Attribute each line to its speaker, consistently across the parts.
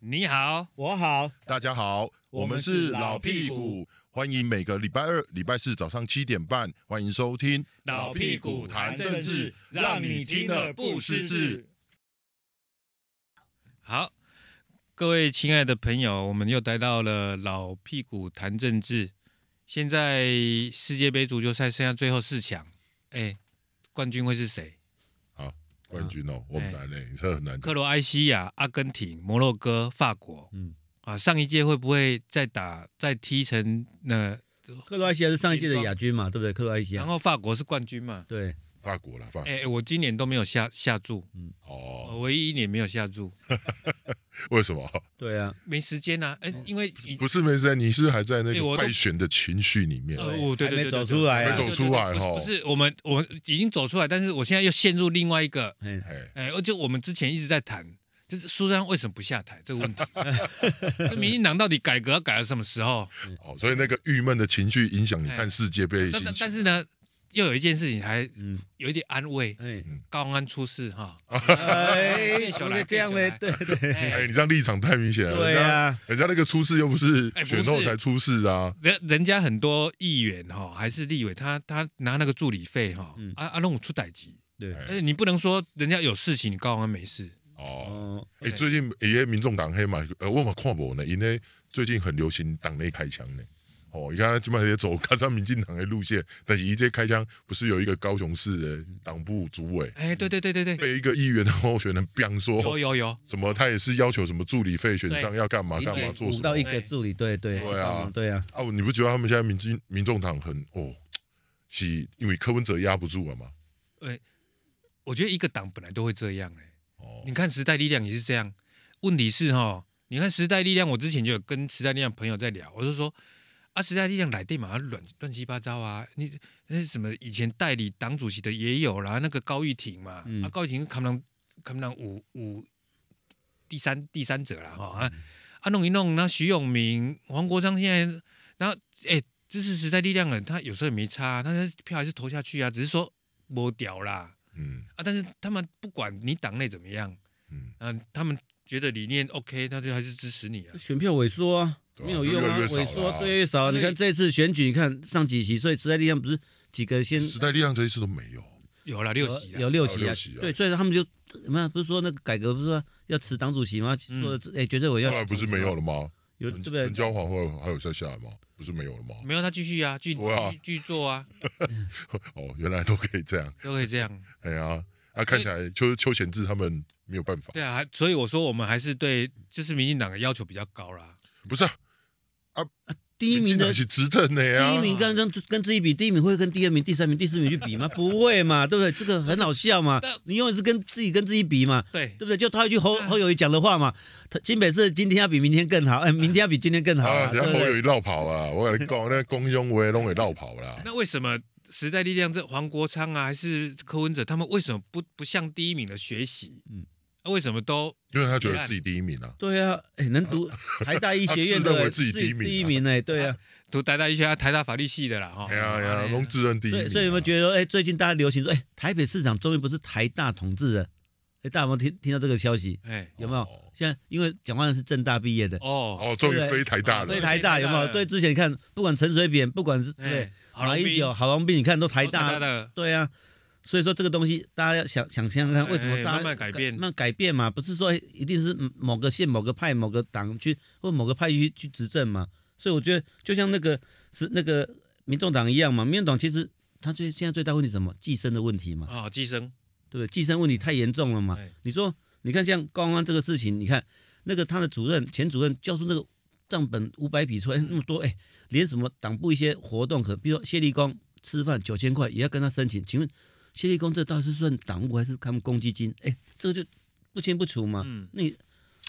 Speaker 1: 你好，
Speaker 2: 我好，
Speaker 3: 大家好，
Speaker 2: 我
Speaker 3: 我
Speaker 2: 们
Speaker 3: 们
Speaker 2: 是
Speaker 3: 是
Speaker 2: 老
Speaker 3: 老
Speaker 2: 屁
Speaker 3: 屁
Speaker 2: 股
Speaker 3: 股，欢迎每个礼拜二、礼拜四早上七点半，欢迎收听
Speaker 1: 老屁股谈政治，
Speaker 3: 让你听了不失智。
Speaker 1: 好，各位亲爱的朋友，我们又来到了老屁股谈政治。现在世界杯足球赛剩下最后四强，哎，冠军会是谁？啊
Speaker 3: 冠军
Speaker 1: 哎
Speaker 3: 哦，我们来嘞，这很难
Speaker 1: 克
Speaker 3: 讲。
Speaker 1: 罗埃西亚、阿根廷、摩洛哥、法国
Speaker 2: 嗯，
Speaker 1: 啊，上一届会不会再打再踢成那、
Speaker 2: 克罗埃西亚是上一届的亚军嘛，对不对？克罗埃西
Speaker 1: 然
Speaker 2: 亚，
Speaker 1: 后法国是冠军嘛？
Speaker 2: 对，
Speaker 3: 法国啦，法
Speaker 1: 哎，哎我今年都没有下下注，
Speaker 3: 哦，
Speaker 1: 我唯一一年没有下注，
Speaker 3: 为什
Speaker 1: 哦
Speaker 3: 么？
Speaker 2: 对啊，
Speaker 1: 没时间啊。哎，因为已
Speaker 3: 不是没事，你是还在那
Speaker 1: 哎
Speaker 3: 个
Speaker 1: 我都
Speaker 3: 败选的情绪里面。
Speaker 2: 对
Speaker 1: 哦，对对
Speaker 2: 还
Speaker 1: 对，
Speaker 2: 没
Speaker 1: 对
Speaker 2: 走出来啊
Speaker 3: 还没走出来
Speaker 1: 对对对
Speaker 3: 吼
Speaker 1: 不是不是，哦我们我们已经走出来，但是我现在又陷入另外一个，
Speaker 2: 哎，
Speaker 3: 哎，
Speaker 1: 哎，而且我们之前一直在谈，就是苏珊为什么不下台这个问 题，这民进党到底改革要改到什么时候？
Speaker 3: 哦，所以那个郁闷的情绪影响你看世界杯的
Speaker 1: 嗯哎但
Speaker 3: 心
Speaker 1: 但
Speaker 3: 情
Speaker 1: 但。是呢，又有一件事情还
Speaker 2: 嗯，
Speaker 1: 有一点安慰，
Speaker 2: 哎，
Speaker 1: 高安出事哈，
Speaker 2: 哎，
Speaker 1: 变
Speaker 2: 怎
Speaker 1: 小
Speaker 2: 么
Speaker 1: 啦
Speaker 2: 可以这样
Speaker 1: 变
Speaker 2: 呢
Speaker 1: 小
Speaker 3: 啊
Speaker 1: 啦？
Speaker 2: 对对
Speaker 1: 哎
Speaker 3: 哎，你这样立场太明显了。
Speaker 2: 对啊，
Speaker 3: 人家人家那个出事又不是
Speaker 1: 哎不是
Speaker 3: 选后才出事啊。
Speaker 1: 人人家很多议员哈，还是立委，他他拿那个助理费哈
Speaker 2: 嗯，
Speaker 1: 啊啊，弄我出歹疾，
Speaker 2: 对，啊
Speaker 1: 而且你不能说人家有事情，高安没事，
Speaker 3: 哦，
Speaker 2: 哦，
Speaker 3: 哎，最近也民众党黑嘛，呃，我们看无呢，因为最近很流行党内开枪呢。哦，你看基本上也走 跟上民进党的路线，但是一这开枪不是有一个高雄市的党部主委
Speaker 1: 哎，对对对对对，
Speaker 3: 被一个议员的候选人彪
Speaker 1: 有
Speaker 3: 说
Speaker 1: 有有。
Speaker 3: 什么，他也是要求什么助理费选上要干嘛
Speaker 2: 零
Speaker 3: 干嘛
Speaker 2: 点
Speaker 3: 做什
Speaker 2: 五到一
Speaker 3: 么。
Speaker 2: 个助理，对对，
Speaker 3: 对啊
Speaker 2: 对啊，
Speaker 3: 啊，你不觉得他们现在民进民众党很哦，是因为柯文哲压不住了吗？
Speaker 1: 我觉得一个党本来都会这样哎、
Speaker 3: 哦，
Speaker 1: 你看时代力量也是这样。问题是哈，你看时代力量，我之前就有跟时代力量朋友在聊，我就说啊，时代力量来电嘛乱乱七八糟啊，你那什么以前代理党主席的也有啦，那个高玉婷嘛，
Speaker 2: 嗯
Speaker 1: 啊高玉婷看不上看不上五五第三第三者啦哈啊啊弄一弄，然后徐永明、黄国昌现在，然后哎支持时代力量的，他有时候也没差，但是票还是投下去啊，只是说摸屌啦。
Speaker 3: 嗯
Speaker 1: 啊，但是他们不管你党内怎么样，
Speaker 3: 嗯，
Speaker 1: 嗯、他们觉得理念 OK，那就还是支持你啊。
Speaker 2: 选票萎缩啊，
Speaker 3: 对啊
Speaker 2: 没有用
Speaker 3: 越来
Speaker 2: 啊，
Speaker 3: 越少
Speaker 2: 萎
Speaker 3: 了啊
Speaker 2: 缩对越少。
Speaker 1: 对
Speaker 2: 你看这次选举，你看上几席，所以时代力量不是几个
Speaker 1: 嗯
Speaker 2: 先
Speaker 3: 时代力量这一次都没有。
Speaker 1: 有了六席
Speaker 2: 有
Speaker 1: 了
Speaker 2: 有，六
Speaker 3: 有
Speaker 2: 席
Speaker 3: 六
Speaker 2: 啊
Speaker 3: 席啊，
Speaker 2: 对，所以他们就那不是说那个改革不是说要辞党主席吗？
Speaker 1: 嗯
Speaker 2: 说的哎，绝对我要
Speaker 3: 后来不是没有了吗？
Speaker 2: 有对
Speaker 3: 陈
Speaker 2: 不对
Speaker 3: 陈？椒华后来还有再下来吗？不是没有了吗？
Speaker 1: 没有他继续啊，继
Speaker 3: 对啊
Speaker 1: 继继续做 啊，
Speaker 2: 嗯
Speaker 3: 哦，原来都可以这样。
Speaker 1: 都可以这样。
Speaker 3: 哎呀，啊，看起来邱邱显志他们没有办法。
Speaker 1: 对啊，还所以我说我们还是对就是民进党的要求比较高啦。
Speaker 3: 不是啊，
Speaker 2: 第一名的
Speaker 3: 是执政的呀。
Speaker 2: 第一名跟跟
Speaker 3: 啊
Speaker 2: 跟自己比，第一名会跟第二名、第三名、第四名去比 吗？不会嘛，对不对？这个很好笑嘛
Speaker 1: 但，
Speaker 2: 你永远是跟自己跟自己比嘛，
Speaker 1: 对
Speaker 2: 对，不对？就套一句侯
Speaker 1: 啊
Speaker 2: 侯友谊讲的话嘛，他新北市今天要比明天更好，哎，明天要比今天更好啊，
Speaker 3: 啊，
Speaker 2: 对不
Speaker 3: 人家侯友
Speaker 2: 对？
Speaker 3: 谊绕跑啊，我跟你讲，那公兄我也拢会绕跑啦。
Speaker 1: 那为什么时代力量这黄国昌啊，还是柯文哲他们为什么不不向第一名的学习？
Speaker 2: 嗯
Speaker 1: 嗯，啊、为什么都
Speaker 3: 因为他觉得自己第一名啊。
Speaker 2: 对啊，哎，能 读台大医学院
Speaker 3: 他自认
Speaker 2: 的
Speaker 3: 为自己第一名啊
Speaker 2: 第一名哎，对啊，
Speaker 1: 读台大医学啊、台大法律系的啦？哈，
Speaker 3: 哎呀
Speaker 1: 啊
Speaker 3: 哎呀，
Speaker 1: 哎
Speaker 3: 拢自认 第一
Speaker 2: 哦所
Speaker 3: 名啊。
Speaker 2: 以所以有没有觉得说，哎，最近大家流行说，哎，台北市长终于不是台大统治了？哎，大家有没有听听到这个消息？
Speaker 1: 哎
Speaker 2: 有没有
Speaker 3: 哦？
Speaker 2: 现在因为蒋万安是政大毕业的，
Speaker 1: 哦，
Speaker 3: 哦，终于
Speaker 2: 对
Speaker 3: 飞台大
Speaker 1: 哦
Speaker 3: 了
Speaker 2: 所以。台大有没
Speaker 1: 台
Speaker 2: 有？
Speaker 1: 大
Speaker 2: 对，之前你看，不管陈水扁，不管是对不对
Speaker 1: 哎，好
Speaker 2: 马英九、郝龙斌，你看都台大，
Speaker 1: 哦的，
Speaker 2: 对啊，所以说这个东西大家要想想想看，为什么
Speaker 1: 哎
Speaker 2: 大家
Speaker 1: 慢慢改变
Speaker 2: 慢慢改变嘛？不是说哎一定是嗯某个县、某个派、某个党去或某个派去去执政嘛？所以我觉得就像那个是那个民众党一样嘛，民众党其实他最现在最大问题是什么？寄生的问题嘛，
Speaker 1: 啊，寄生，
Speaker 2: 对不对？寄生问题太严重了嘛
Speaker 1: 哎。
Speaker 2: 你说，你看像高安这个事情，你看那个他的主任、前主任教出那个账本五百笔出来哎那么多，哎，连什么党部一些活动，可能比如说谢立功吃饭九千块也要跟他申请，请问谢立功这到底是算党务还是他们公积金？哎，这个就不清不楚嘛。
Speaker 1: 嗯
Speaker 2: 那你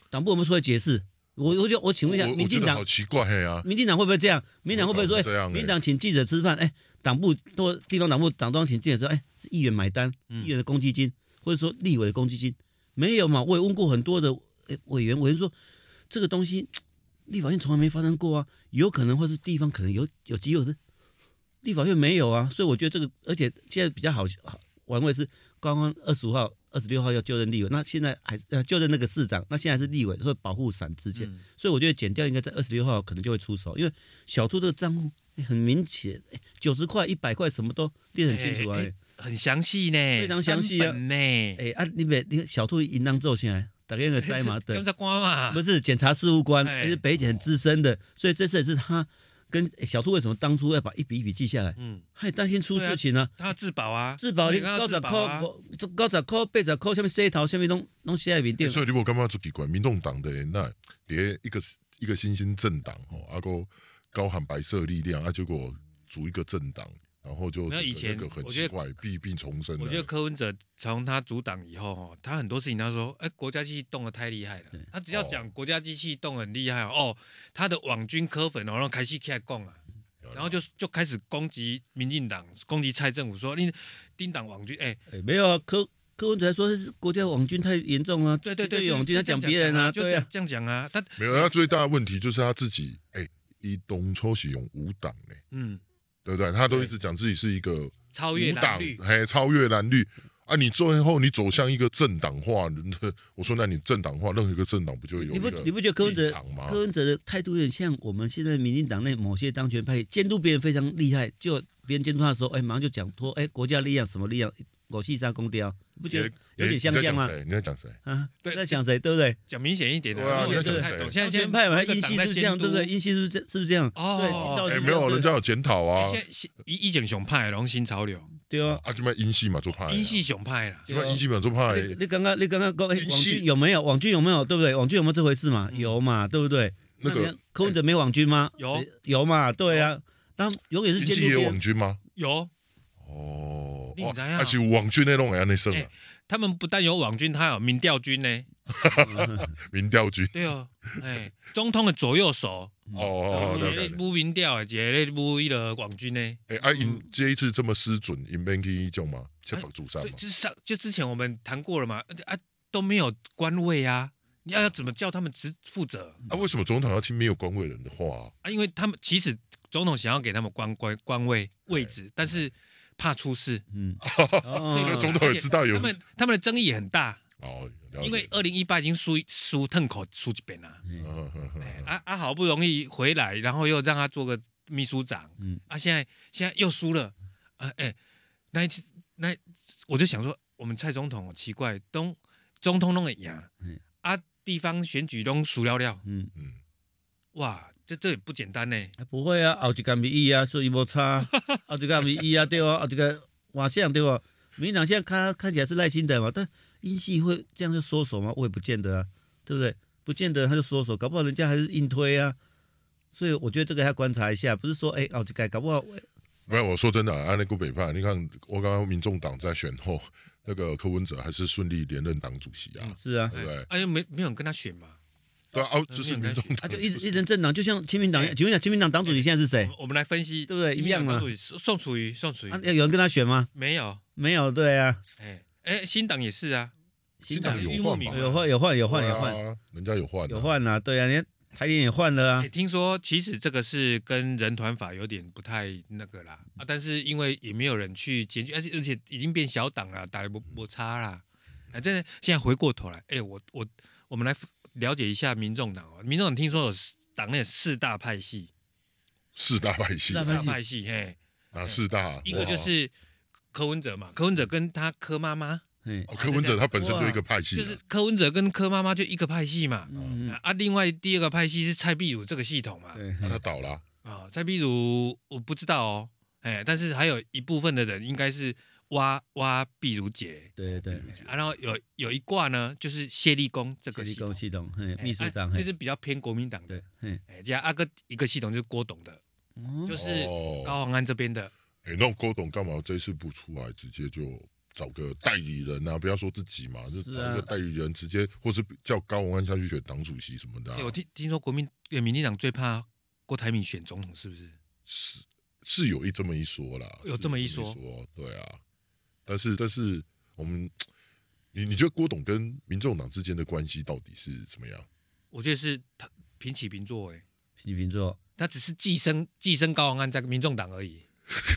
Speaker 2: 党部有没有出来解释？我我就我请问一下，
Speaker 3: 我
Speaker 2: 民
Speaker 3: 我觉
Speaker 2: 进
Speaker 3: 得
Speaker 2: 党
Speaker 3: 好奇怪嘿啊。
Speaker 2: 民进党会不会这样？民进党会不会说，
Speaker 3: 这样
Speaker 2: 哎，
Speaker 3: 欸
Speaker 2: 民进党请记者吃饭，哎，党部或地方党部党中央请记者吃饭，哎，是议员买单，
Speaker 1: 嗯
Speaker 2: 议员的公积金，或者说立委的公积金，没有嘛？我也问过很多的哎委员，委员说这个东西立法院从来没发生过啊，有可能或是地方可能有有机会的，立法院没有啊，所以我觉得这个，而且现在比较好好玩味是刚刚二十五号。二十六号要就任立委，那现在还是呃就任那个市长，那现在是立委，会保护伞之间，
Speaker 1: 嗯
Speaker 2: 所以我觉得减掉应该在二十六号可能就会出手，因为小兔这个账户哎很明显，九十块、一百块什么都列得很清楚啊。
Speaker 1: 哎
Speaker 2: 哎、
Speaker 1: 哎很详细呢，
Speaker 2: 非常详细啊
Speaker 1: 三本呢，
Speaker 2: 啊，你每你小兔应当做起来，大家应该知道 嘛，对
Speaker 1: 刚。才啊光嘛，
Speaker 2: 不是检察事务官，
Speaker 1: 哎
Speaker 2: 而是北检很资深的，所以这次也是他跟诶小兔为什么当初要把一笔一笔记下来，
Speaker 1: 嗯，
Speaker 2: 他也担心出事情啊。
Speaker 1: 他要自保啊，
Speaker 2: 质保你
Speaker 1: 你刚
Speaker 2: 高
Speaker 1: 刚
Speaker 2: 十
Speaker 1: 自保啊
Speaker 2: 块，高十块、八十块，下面洗头，下面拢拢写在面顶。
Speaker 3: 所以你我感觉足奇怪，民众党的人那连一个一个新兴政党吼，啊个高喊白色力量啊，结果组一个政党，然后就
Speaker 1: 没有
Speaker 3: 整个
Speaker 1: 以前
Speaker 3: 那个很
Speaker 1: 我觉
Speaker 3: 奇
Speaker 1: 得
Speaker 3: 怪，弊病丛生啊。
Speaker 1: 我觉得柯文哲从他阻挡以后，哦，他很多事情他说，哎，国家机器动得太厉害了。他只要讲国家机器动很厉害哦，他的网军柯粉哦，然后开始起来供啊，然后就就开始攻击民进党，攻击蔡政府，说你丁党网军，哎，
Speaker 2: 哎没有啊，柯柯文哲还说是国家网军太严重啊，
Speaker 1: 对对对，
Speaker 2: 网军他讲别人啊，
Speaker 1: 就
Speaker 2: 对啊，
Speaker 1: 这样讲啊，他
Speaker 3: 没有，他最大的问题就是他自己，哎、一东抽是用五党呢、
Speaker 1: 嗯，
Speaker 3: 对不对？他都一直讲自己是一个
Speaker 1: 超越
Speaker 3: 五
Speaker 1: 蓝
Speaker 3: 党
Speaker 1: 绿，，
Speaker 3: 嘿，超越蓝绿啊！你最后你走向一个政党化，呵我说那你政党化，任何一个政党不就有
Speaker 2: 你
Speaker 3: 一
Speaker 2: 不
Speaker 3: 个
Speaker 2: 你不觉得柯文
Speaker 3: 立
Speaker 2: 哲
Speaker 3: 场吗？
Speaker 2: 柯文哲的态度有点像我们现在民进党内某些当权派监督别人非常厉害，就别人监督他的时候，哎，马上就讲说，哎，国家力量什么力量，狗戏杀公雕，你不觉得
Speaker 3: 也
Speaker 2: 有点相像吗
Speaker 3: 你在讲？谁你在讲谁？
Speaker 2: 啊，
Speaker 1: 对
Speaker 2: 在想谁，对不对？
Speaker 1: 讲明显一点的，啊
Speaker 3: 啊
Speaker 1: 现在
Speaker 2: 当
Speaker 1: 现
Speaker 2: 权
Speaker 1: 在
Speaker 2: 派嘛，英系是不是这样，对不对？英系是不是这是不是这样？
Speaker 1: 哦
Speaker 2: 对，道
Speaker 3: 哎、
Speaker 2: 是不是
Speaker 3: 没
Speaker 2: 这样
Speaker 3: 有，
Speaker 2: 对
Speaker 3: 人家有检讨啊，
Speaker 1: 现在一一整熊派，然后新潮流，
Speaker 2: 对啊。
Speaker 3: 啊，就卖英系嘛，做派，
Speaker 1: 英系啊熊派啦，
Speaker 3: 就卖英系嘛，做派，
Speaker 2: 你你刚刚你刚刚讲，哎、
Speaker 3: 英系
Speaker 2: 网军有没有？网军有没有？对不对？网军有没有这回事嘛？有嘛，对不对？
Speaker 3: 那
Speaker 2: 你
Speaker 3: 个哎
Speaker 2: 看柯文哲没网军吗？
Speaker 1: 有
Speaker 2: 谁嗯有嘛，对啊。他永远是
Speaker 3: 英
Speaker 2: 监
Speaker 3: 系
Speaker 2: 督
Speaker 3: 也有
Speaker 2: 别
Speaker 3: 网
Speaker 2: 人，
Speaker 3: 军吗？
Speaker 1: 有
Speaker 3: 哦，
Speaker 1: 你不知道啊
Speaker 3: 而且网军那种人那算啊
Speaker 1: 哎，他们不但有网军，还有民调军呢。
Speaker 3: 民调军，
Speaker 1: 对哦，哎，总统的左右手，
Speaker 3: 哦哦，
Speaker 1: 一
Speaker 3: 了解
Speaker 1: 个。不民调的，一个不迄个网军呢。
Speaker 3: 哎、啊，因这一次这么失准，因免去一种
Speaker 1: 哎
Speaker 3: 嘛，切腹自杀
Speaker 1: 所以
Speaker 3: 嘛，
Speaker 1: 就是上就之前我们谈过了嘛，啊都没有官位啊，你要要怎么叫他们职负责
Speaker 3: 啊，为什么总统要听没有官位人的话、
Speaker 1: 哎啊？因为他们其实总统想要给他们官官官位位
Speaker 3: 哎
Speaker 1: 置，但是怕出事，
Speaker 2: 嗯，
Speaker 1: 所以
Speaker 3: 这
Speaker 2: 哦
Speaker 3: 个总统也知道有
Speaker 1: 他们他们的争议也很大，
Speaker 3: 哦，了解
Speaker 1: 哎因为二零一八已经输输腾口输几遍了。
Speaker 3: 嗯嗯嗯
Speaker 1: 哎啊啊，好不容易回来，然后又让他做个秘书长，
Speaker 2: 嗯
Speaker 1: 啊，现在现在又输了，啊哎，那一次那一我就想说，我们蔡总统哦奇怪，东总统弄会赢
Speaker 2: 嗯，
Speaker 1: 啊，地方选举都输了了，
Speaker 2: 嗯，
Speaker 3: 嗯，
Speaker 1: 哇，这这也不简单呢，
Speaker 2: 啊不会啊，后一干没意啊，所以无差 啊，后一干没意啊，对啊，后一个瓦像对吧？民进党现在看看起来是赖清德嘛，但英系会这样就缩手吗？我也不见得啊，对不对？不见得他就缩手，搞不好人家还是硬推啊。所以我觉得这个要观察一下，不是说哎，奥吉盖搞不好
Speaker 3: 没有，我说真的，啊，那个北派，你看我刚刚民众党在选后，那个柯文哲还是顺利连任党主席啊，
Speaker 2: 是啊，
Speaker 3: 对不对？
Speaker 1: 哎，又没没有人跟他选嘛，
Speaker 3: 对啊，哦，
Speaker 1: 嗯
Speaker 3: 就是民众
Speaker 2: 啊，
Speaker 3: 党
Speaker 2: 就一一人政党，就像亲民党一样。
Speaker 1: 哎
Speaker 2: 请问一下，亲民党党主你现在是
Speaker 1: 我
Speaker 2: 谁
Speaker 1: 们？我们来分析，
Speaker 2: 对不对一样嘛
Speaker 1: 宋楚瑜宋楚瑜，宋楚瑜
Speaker 2: 啊，要有人跟他选吗？
Speaker 1: 没有，
Speaker 2: 没有，对啊，
Speaker 1: 哎哎，新党也是啊，
Speaker 2: 新
Speaker 3: 党有
Speaker 1: 郁
Speaker 3: 换
Speaker 1: 慕明
Speaker 3: 吧
Speaker 1: 嘛
Speaker 2: 有换，有换，有换，
Speaker 3: 对
Speaker 2: 有换，
Speaker 3: 啊，人家有换啊，
Speaker 2: 有换啦，对啊，连台联也换了啊
Speaker 3: 哎
Speaker 1: 欸、，听说其实这个是跟人团法有点不太那个啦啊，但是因为也没有人去检举，而且而且已经变小党了，打得不不差啦。啊，真的，现在回过头来，哎、我我我们来了解一下民众党哦。民众党听说有四党内有四大派系，
Speaker 3: 四大派
Speaker 2: 四
Speaker 3: 系
Speaker 2: 大
Speaker 1: 四
Speaker 2: 派
Speaker 1: 大
Speaker 2: 系
Speaker 1: 派系，嘿，
Speaker 3: 啊，四大，
Speaker 1: 一个就是柯文哲嘛，柯文哲跟他柯妈妈，
Speaker 2: 哎，
Speaker 3: 哇哦柯文哲他本身就一个派系
Speaker 1: 就
Speaker 3: 啊，
Speaker 1: 是柯文哲跟柯妈妈就一个派系嘛。
Speaker 2: 嗯，
Speaker 1: 啊，另外第二个派系是蔡壁如这个系统嘛，
Speaker 2: 对，
Speaker 3: 那他倒了啊，
Speaker 1: 啊、蔡壁如我不知道哦，哎，但是还有一部分的人应该是挖挖壁如姐
Speaker 2: 对对，
Speaker 1: 啊，然后有有一卦呢，就是谢立功这
Speaker 2: 谢
Speaker 1: 个
Speaker 2: 立
Speaker 1: 系
Speaker 2: 功
Speaker 1: 统，
Speaker 2: 系统，嘿，
Speaker 1: 哎
Speaker 2: 秘书长，
Speaker 1: 啊就
Speaker 2: 嘿，
Speaker 1: 是比较偏国民党的，
Speaker 2: 对，嘿，
Speaker 1: 哎，加阿哥一个系统就是郭董的，
Speaker 2: 哦
Speaker 1: 就是
Speaker 3: 哦，
Speaker 1: 高宏安这边的，
Speaker 3: 哎，那郭董干嘛这次不出来，直接就找个代理人啊？不要说自己嘛，就是找
Speaker 2: 啊
Speaker 3: 一个代理人，直接或是叫高文安下去选党主席什么的啊
Speaker 1: 哎，我听听说国民呃民进党最怕郭台铭选总统，是不是？
Speaker 3: 是是有一这么一说啦，
Speaker 1: 有这么一
Speaker 3: 是
Speaker 1: 说
Speaker 3: 有对啊。但是但是我们，你你觉得郭董跟民众党之间的关系到底是怎么样？
Speaker 1: 我觉得是他平起平坐，哎，
Speaker 2: 批评座，
Speaker 1: 他只是寄生寄生高宏安在民众党而已，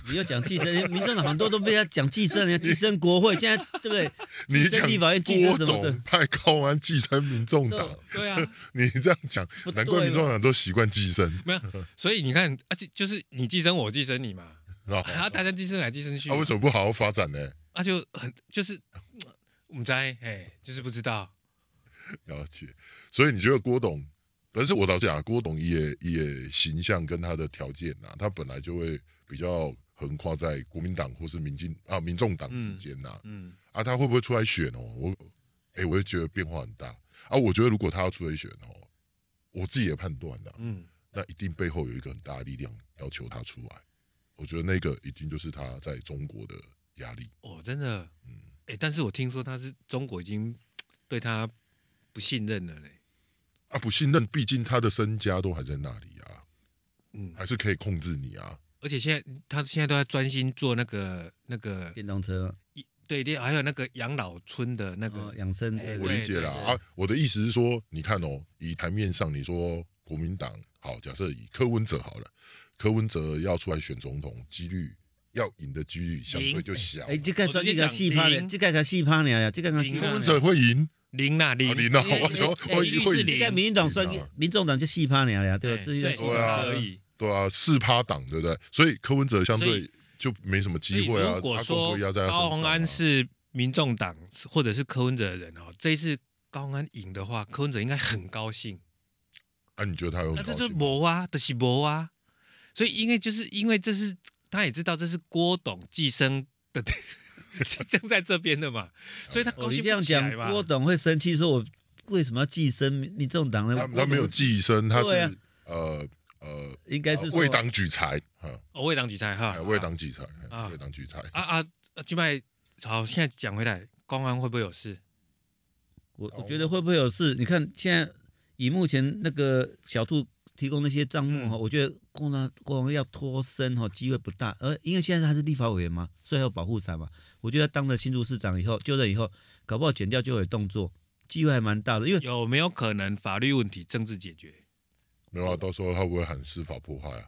Speaker 2: 你要讲寄生，民众党很多都被他讲寄生，寄生国会，现在对不对？
Speaker 3: 你
Speaker 2: 寄生
Speaker 3: 讲
Speaker 2: 立法院寄生
Speaker 3: 郭
Speaker 2: 什么的
Speaker 3: 董，派高安寄生民众
Speaker 2: 这
Speaker 3: 党，
Speaker 1: 对啊，
Speaker 3: 你这样讲
Speaker 2: 不，对
Speaker 3: 难怪民众党都习惯寄生
Speaker 1: 没有， 所以你看，啊，就就是你寄生我，寄生你嘛，
Speaker 3: 啊。
Speaker 1: 啊，大家寄生来寄生去
Speaker 3: 他、，为什么不好好发展呢？
Speaker 1: 啊，就很就是我们在哎，就是不知道，
Speaker 3: 了解，所以你觉得郭董，但是我老实讲啊，郭董也也形象跟他的条件啊，他本来就会比较横跨在国民党或是民进啊民众党之间呐、啊，
Speaker 1: 嗯，
Speaker 3: 他会不会出来选哦？我，哎、我就觉得变化很大啊。我觉得如果他要出来选哦，我自己的判断啊呐、
Speaker 1: 嗯，
Speaker 3: 那一定背后有一个很大的力量要求他出来。我觉得那个一定就是他在中国的压力。
Speaker 1: 哦，真的，
Speaker 3: 嗯
Speaker 1: 哎，但是我听说他是中国已经对他不信任了嘞，
Speaker 3: 啊，不信任，毕竟他的身家都还在那里啊，
Speaker 1: 嗯，
Speaker 3: 还是可以控制你啊。
Speaker 1: 而且现在他现在都在专心做那个那个
Speaker 2: 电动车
Speaker 1: 对对，还有那个养老村的那
Speaker 2: 哦
Speaker 1: 个，
Speaker 2: 养生，
Speaker 1: 哎
Speaker 2: 对
Speaker 3: 我
Speaker 1: 对
Speaker 3: 理解啦
Speaker 1: 对
Speaker 3: 啊，我的意思是说，你看哦，以台面上你说国民党好，假设以柯文哲好了，柯文哲要出来选总统，几率要赢的几率相对就小。
Speaker 2: 哎，
Speaker 3: 柯
Speaker 2: 这个
Speaker 1: 我
Speaker 2: 算
Speaker 1: 直接
Speaker 2: 这个
Speaker 1: 讲
Speaker 2: 细趴的，
Speaker 1: 零
Speaker 2: 这个才细趴呢呀，这个才细
Speaker 1: 零啊
Speaker 2: 趴
Speaker 3: 文
Speaker 2: 呢。
Speaker 3: 哲会赢，
Speaker 1: 零啦
Speaker 3: 啊
Speaker 1: 零
Speaker 3: 赢啊！
Speaker 2: 因为
Speaker 3: 我
Speaker 2: 因为
Speaker 3: 我会
Speaker 1: 因为
Speaker 3: 会
Speaker 1: 是
Speaker 3: 赢，
Speaker 1: 零
Speaker 2: 但民进党算
Speaker 3: 零啊，
Speaker 2: 民众党就细趴呢呀，对吧？这就叫
Speaker 1: 对
Speaker 2: 细
Speaker 3: 对啊
Speaker 2: 趴。
Speaker 1: 而已。
Speaker 3: 对啊，四趴党，对不对？所以柯文哲相
Speaker 1: 所
Speaker 3: 对
Speaker 1: 以
Speaker 3: 就没什么
Speaker 1: 所以
Speaker 3: 机会啊。
Speaker 1: 如果
Speaker 3: 阿
Speaker 1: 说
Speaker 3: 公不压在他身
Speaker 1: 高
Speaker 3: 上
Speaker 1: 鸿
Speaker 3: 啊
Speaker 1: 安是民众党或者是柯文哲的人哦，这一次高鸿安赢的话，柯文哲应该很高兴。
Speaker 3: 啊，你觉得他有
Speaker 1: 那
Speaker 3: 很
Speaker 1: 这
Speaker 3: 高
Speaker 1: 就
Speaker 3: 兴
Speaker 1: 是
Speaker 3: 吗？
Speaker 1: 谋啊，这、就是谋啊。所以因为就是因为这是他也知道这是郭董寄生的 正在这边的
Speaker 3: 啊
Speaker 1: 嘛，所以他高
Speaker 2: 我一
Speaker 1: 兴
Speaker 2: 哦这样
Speaker 1: 不起来
Speaker 2: 讲
Speaker 1: 嘛，。
Speaker 2: 郭董会生气，说我为什么要寄生民众党呢？
Speaker 3: 他
Speaker 2: 郭
Speaker 3: 他
Speaker 2: 董
Speaker 3: 没有寄生，他
Speaker 2: 对啊
Speaker 3: 是呃呃
Speaker 2: 应该是
Speaker 3: 呃
Speaker 2: 说
Speaker 3: 为党举才啊，
Speaker 1: 哦，为党举才哈
Speaker 3: 哎，为党举才，
Speaker 1: 啊
Speaker 3: 哎为党举才。
Speaker 1: 啊啊，金麦好，现在讲回来，高鸿安会不会有事？
Speaker 2: 我我
Speaker 3: 哦
Speaker 2: 觉得会不会有事？你看现在以目前那个小兔提供那些账目
Speaker 3: 嗯
Speaker 2: 哈，我觉得共产共产要脱身哈机会不大，而因为现在他是立法委员嘛，所以要保护伞嘛。我觉得当了新竹市长以后，就任以后，搞不好减掉就有动作，机会还蛮大的。因为
Speaker 1: 有没有可能法律问题政治解决？
Speaker 3: 没有啊，到时候他会不会喊司法迫害啊？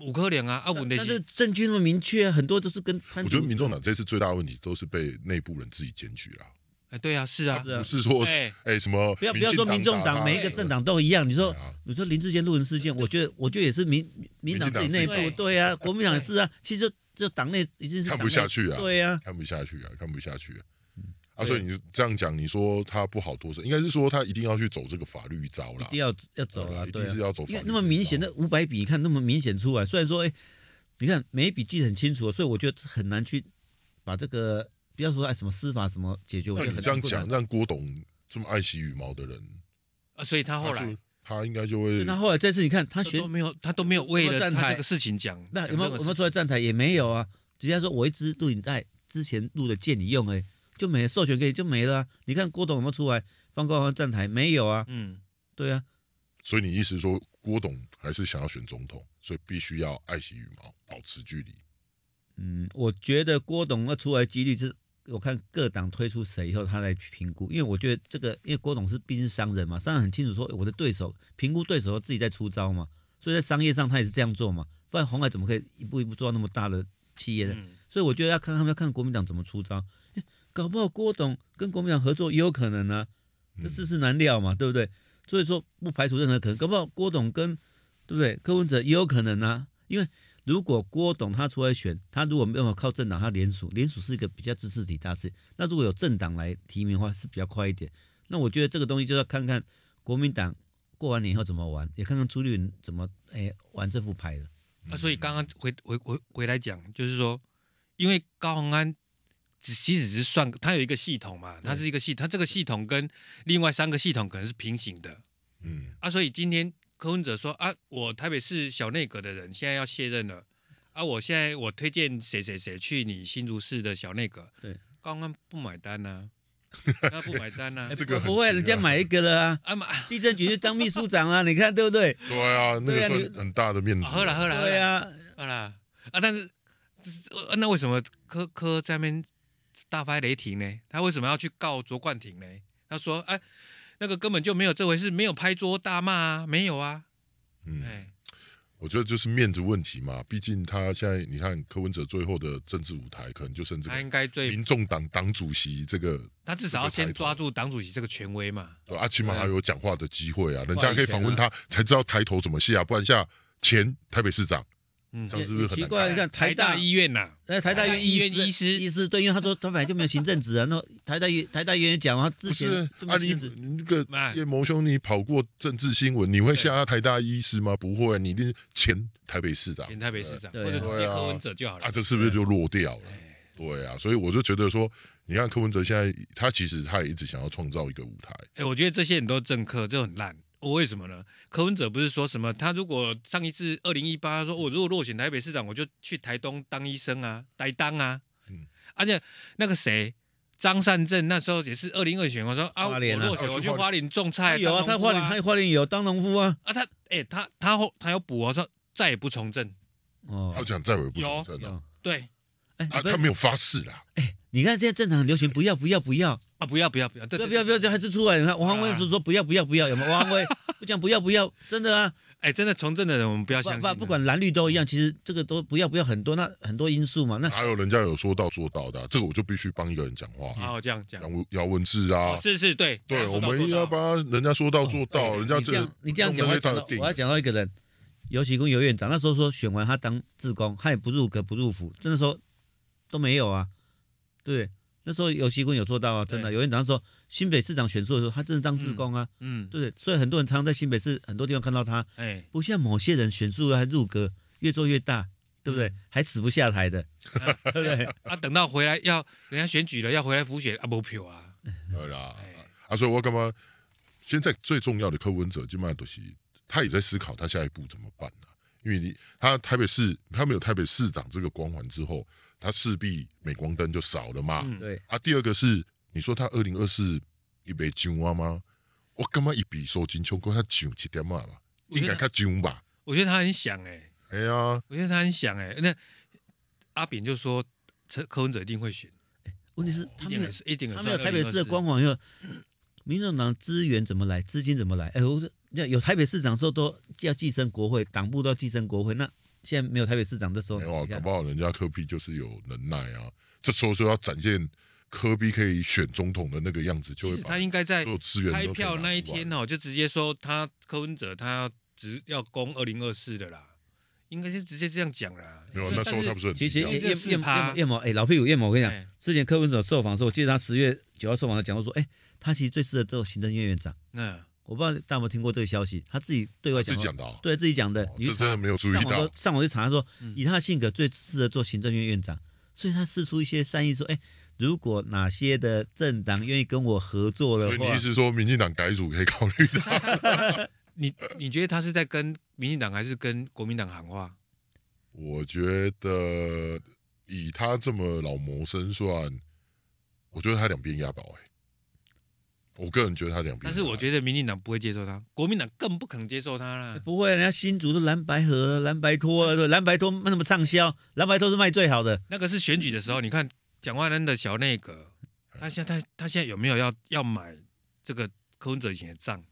Speaker 1: 五颗零啊，啊，问题
Speaker 2: 但是
Speaker 1: 是
Speaker 2: 证据那么明确，很多都是跟贪腐
Speaker 3: 我觉得民众党这次最大的问题都是被内部人自己检举啦，
Speaker 1: 哎，对啊，是啊
Speaker 2: 是，啊
Speaker 3: 不。是说
Speaker 1: 哎
Speaker 3: 哎什么
Speaker 2: 不要不要说民众
Speaker 3: 打
Speaker 2: 党
Speaker 3: 他
Speaker 2: 每一个政党都一样，你
Speaker 3: 对
Speaker 2: 说
Speaker 3: 啊
Speaker 2: 你说林志坚论文事件，我觉得我觉得也是民民党自己内部
Speaker 1: 民进党自己
Speaker 2: 对啊，国民党也是啊，其实就就党内已经是
Speaker 3: 看
Speaker 2: 党
Speaker 3: 不
Speaker 2: 内
Speaker 3: 下去啊
Speaker 2: 对啊，嗯
Speaker 3: 看不下去啊，看不下去啊。
Speaker 2: 对
Speaker 3: 啊，所以你这样讲，你说他不好脱身，应该是说他一定要去走这个法律招
Speaker 2: 一
Speaker 3: 啦
Speaker 2: 定，要要走了，
Speaker 3: 哦一
Speaker 2: 对
Speaker 3: 定
Speaker 2: 啊
Speaker 3: 是，要走法
Speaker 2: 因
Speaker 3: 律
Speaker 2: 为
Speaker 3: 这一招。
Speaker 2: 那么明显的
Speaker 3: 哦
Speaker 2: 五百笔，你看那么明显出来，虽然说，哎，你看每一笔记得很清楚，哦所以我觉得很难去把这个不要说哎什么司法什么解决，我觉
Speaker 3: 那
Speaker 2: 得很
Speaker 3: 你这样
Speaker 2: 难困
Speaker 3: 讲，
Speaker 2: 难。
Speaker 3: 让郭董这么爱惜羽毛的人，
Speaker 1: 啊所以他后
Speaker 3: 他
Speaker 1: 来
Speaker 3: 就他应该就会
Speaker 2: 所以他后来这次你看他
Speaker 1: 他
Speaker 2: 选
Speaker 1: 都没有，他都没有为
Speaker 2: 有没
Speaker 1: 了
Speaker 2: 有站台
Speaker 1: 他这个事情讲。
Speaker 2: 那有
Speaker 1: 讲
Speaker 2: 没
Speaker 1: 任
Speaker 2: 有
Speaker 1: 何
Speaker 2: 有没有
Speaker 1: 事
Speaker 2: 出来站台也没有啊，直接说我一支录影带之前录的借你用哎、就没授权给你就没了啊、你看郭董有没有出来放高官站台没有啊？
Speaker 1: 嗯，
Speaker 2: 对啊，
Speaker 3: 所以你意思说，郭董还是想要选总统，所以必须要爱惜羽毛，保持距离。
Speaker 2: 嗯，我觉得郭董要出来几率是，我看各党推出谁以后，他来评估。因为我觉得这个，因为郭董是毕竟是商人嘛，商人很清楚说诶我的对手，评估对手后自己在出招嘛，所以在商业上他也是这样做嘛，不然红海怎么可以一步一步做到那么大的企业呢？
Speaker 1: 嗯
Speaker 2: 所以我觉得要看他们要看国民党怎么出招，诶搞不好郭董跟国民党合作也有可能呢、
Speaker 3: 嗯
Speaker 2: 这世事难料嘛，对不对？所以说不排除任何可能，搞不好郭董跟对不对柯文哲也有可能啊，因为如果郭董他出来选，他如果没有靠政党，他联署，联署是一个比较知识体大事。那如果有政党来提名的话，是比较快一点。那我觉得这个东西就要看看国民党过完年以后怎么玩，也看看朱立伦怎么哎玩这副牌的。
Speaker 1: 啊，所以刚刚回回回回来讲，就是说，因为高鸿安只其实只是算，他有一个系统嘛，它是一个系，它这个系统跟另外三个系统可能是平行的
Speaker 3: 嗯，
Speaker 1: 啊，所以今天柯文哲说啊，我台北市小内阁的人现在要卸任了啊，我现在我推荐谁谁谁去你新竹市的小内阁，
Speaker 2: 对，
Speaker 1: 高鸿安不买单 呐、他不买单呐、
Speaker 2: 哎
Speaker 3: 这个
Speaker 2: 不不会，
Speaker 3: 很奇
Speaker 2: 人家买一个了啊，
Speaker 1: 啊嘛， 啊
Speaker 2: 地震局就当秘书长啊，你看对不 对？
Speaker 3: 对啊，那
Speaker 2: 对
Speaker 3: 个
Speaker 2: 啊你
Speaker 3: 算很大的面子。
Speaker 1: 喝了喝了，喝
Speaker 2: 对
Speaker 1: 了
Speaker 2: 啊，
Speaker 1: 好啦，啊，但是呃那为什么科科在那边大发雷霆呢？他为什么要去告卓冠廷呢？他说，哎，那个根本就没有这回事，没有拍桌大骂啊，没有啊，
Speaker 3: 嗯，
Speaker 1: 哎，
Speaker 3: 我觉得就是面子问题嘛，毕竟他现在你看柯文哲最后的政治舞台，可能就剩这
Speaker 1: 他
Speaker 3: 个
Speaker 1: 应该最，
Speaker 3: 民众党党主席这个，
Speaker 1: 他至少要先抓住党主席这个权威嘛。
Speaker 3: 对啊，起码还有讲话的机会啊，人
Speaker 2: 话
Speaker 3: 家
Speaker 2: 语
Speaker 3: 可以
Speaker 2: 权啊
Speaker 3: 访问他，才知道抬头怎么下，不然下前台北市长，
Speaker 1: 嗯
Speaker 3: 这样是不
Speaker 2: 也也
Speaker 3: 是很
Speaker 2: 奇
Speaker 3: 难
Speaker 2: 怪，啊你看台
Speaker 1: 台
Speaker 2: 大
Speaker 1: 大医院呐，
Speaker 2: 哎，台大
Speaker 1: 台大
Speaker 2: 院
Speaker 1: 医院医师
Speaker 2: 医师对，因为他说他本来就没有行政职啊，那台大院台大院也讲啊，他
Speaker 3: 不
Speaker 2: 之前
Speaker 3: 是
Speaker 2: 就没
Speaker 3: 啊
Speaker 2: 有
Speaker 3: 你
Speaker 2: 行政职，
Speaker 3: 你这
Speaker 1: 哎
Speaker 3: 个叶谋兄，你跑过政治新闻，你会下台大医师吗？不会，你一定是前台北市长
Speaker 1: 前台北市长
Speaker 2: 对
Speaker 1: 或者直接
Speaker 3: 对啊
Speaker 1: 柯文哲就好
Speaker 3: 啊，
Speaker 1: 了。
Speaker 3: 这是不是就落掉了？
Speaker 1: 哎
Speaker 3: 对啊，所以我就觉得说，你看柯文哲现在他其实他也一直想要创造一个舞台，
Speaker 1: 哎、我觉得这些很多政客就很烂。我为什么呢？柯文哲不是说什么？他如果上一次二零一八说，我、如果落选台北市长，我就去台东当医生啊，台当啊。
Speaker 3: 嗯
Speaker 1: 而且那个谁，张善政那时候也是二零二选，我说啊，
Speaker 2: 花
Speaker 1: 我
Speaker 2: 莲啊
Speaker 1: 落选
Speaker 3: 啊
Speaker 1: 我
Speaker 3: 去
Speaker 1: 去
Speaker 3: 花
Speaker 1: 花莲种菜。
Speaker 2: 有啊，
Speaker 1: 当
Speaker 2: 他
Speaker 1: 农夫
Speaker 2: 花莲他花莲有当农夫啊，
Speaker 1: 啊，他哎、他他后他有补我说再也不从政。
Speaker 2: 哦
Speaker 3: 他，讲再也不从政了
Speaker 2: 有
Speaker 1: 对
Speaker 2: 哎，不
Speaker 3: 啊，他
Speaker 2: 是哎
Speaker 3: 没有发誓啦，
Speaker 2: 你看现在正常流行不要不要不要
Speaker 1: 啊，不要不要不要，对
Speaker 2: 不要
Speaker 1: 对
Speaker 2: 不要不要，还是出来，你看王宏威
Speaker 1: 啊
Speaker 2: 说说不要不要不要，有没有？王宏威不讲不要不要，真的啊，
Speaker 1: 哎、真的从政的人我们不要
Speaker 2: 不
Speaker 1: 相信啊。
Speaker 2: 不不管蓝绿都一样，其实这个都不要不要很多，那很多因素嘛，那
Speaker 3: 啊哪有人家有说到做到的啊、这个我就必须帮一个人讲话
Speaker 2: 哦
Speaker 3: 啊，
Speaker 1: 好哦这样讲
Speaker 3: 杨、，文姚文志啊，
Speaker 1: 哦是是，对
Speaker 3: 对，我们
Speaker 1: 应
Speaker 3: 应该帮人家说到做到，人家
Speaker 2: 哦哎你这样你这样讲，我
Speaker 3: 我
Speaker 2: 要讲到我要讲到一个人，尤其公尤院长那时候说选完他当志工，他也不入阁不入府，真的说都没有啊，对不对，那时候尤其公有做到啊，真的。
Speaker 1: 对
Speaker 2: 尤院长说新北市长选出的时候，他真的当志工啊，
Speaker 1: 嗯，
Speaker 2: 对不对？所以很多人常常在新北市很多地方看到他，
Speaker 1: 哎、
Speaker 2: 不像某些人选出了还入阁，越做越大，对不对？还死不下台的，对不对？
Speaker 1: 啊，等到回来要人家选举了，要回来复选啊，没票啊，
Speaker 3: 对啦
Speaker 1: 哎，
Speaker 3: 啊，所以我干嘛？现在最重要的柯文哲，基本上都是他也在思考他下一步怎么办啊。因为你他台北市他没有台北市长这个光环之后，他势必镁光灯就少了嘛。
Speaker 1: 嗯
Speaker 2: 对，
Speaker 3: 啊，第二个是你说他二零二四一杯金蛙吗？我干嘛一比受金穷过他上一点嘛吧？
Speaker 1: 我
Speaker 3: 应
Speaker 1: 觉
Speaker 3: 该
Speaker 1: 得
Speaker 3: 他上吧？
Speaker 1: 我觉得他很想哎、
Speaker 3: 哎呀，
Speaker 1: 我觉得他很想哎、那阿扁就说陈柯文哲一定会选，
Speaker 2: 问题是
Speaker 1: 一
Speaker 2: 他没
Speaker 1: 定
Speaker 2: 有
Speaker 1: 很一定很
Speaker 2: 他没有
Speaker 1: 帅
Speaker 2: 台北市的
Speaker 1: 2024
Speaker 2: 光环以后，民众党资源怎么来，资金怎么来？哎，我那有台北市长的时候都要寄生国会，党部都要寄生国会，那现在没有台北市长的时候
Speaker 3: 没
Speaker 2: 呢，
Speaker 3: 有啊，
Speaker 2: 你
Speaker 3: 搞
Speaker 2: 看
Speaker 3: 不好人家科比就是有能耐啊。这时候就要展现科比可以选总统的那个样子，就
Speaker 1: 其
Speaker 3: 会
Speaker 1: 实
Speaker 3: 把
Speaker 1: 他应该在
Speaker 3: 所有资源都
Speaker 1: 开
Speaker 3: 可以
Speaker 1: 票
Speaker 3: 拿
Speaker 1: 那一
Speaker 3: 出来
Speaker 1: 天哦，就直接说他柯文哲他要直要攻二零二四的啦，应该是直接这样讲啦。
Speaker 3: 没有，
Speaker 1: 对
Speaker 3: 那时候
Speaker 1: 但
Speaker 3: 他不是很
Speaker 2: 其实
Speaker 3: 低调
Speaker 2: 叶
Speaker 1: 这
Speaker 2: 叶
Speaker 1: 是
Speaker 2: 叶
Speaker 1: 他
Speaker 2: 叶叶某哎老屁股叶某，我跟你讲
Speaker 1: 哎，
Speaker 2: 之前柯文哲受访的时候，我记得他十月九号受访的讲过说，哎，他其实最适合做行政院院长。
Speaker 1: 嗯，
Speaker 2: 我不知道大家有没有听过这个消息，他自己对外
Speaker 3: 自
Speaker 2: 讲
Speaker 3: 己
Speaker 2: 过，
Speaker 3: 讲的、啊，
Speaker 2: 对自己讲的
Speaker 3: 哦，
Speaker 2: 你
Speaker 3: 这
Speaker 2: 去查
Speaker 3: 真的没有注意
Speaker 2: 上网
Speaker 3: 到嗯
Speaker 2: 都。上网去查，他说以他的性格最适合做行政院院长，所以他试出一些善意说，哎，如果哪些的政党愿意跟我合作的
Speaker 3: 所以你
Speaker 2: 话
Speaker 3: 意，思说，民进党改组可以考虑的？
Speaker 1: 你你觉得他是在跟民进党还是跟国民党喊话？
Speaker 3: 我觉得以他这么老谋深算，我觉得他两边押宝哎、我个人觉得他两边押宝，
Speaker 1: 但是我觉得民进党不会接受他，国民党更不可能接受他啦。
Speaker 2: 哎不会，人家新竹都蓝白河、蓝白拖
Speaker 3: 嗯
Speaker 2: 啊，对，蓝白拖卖那么畅销，蓝白拖是卖最好的。
Speaker 1: 那个是选举的时候，你看蒋万安的小内阁，
Speaker 3: 嗯
Speaker 1: 他现在他他现在有没有要要买这个柯文哲以前的账？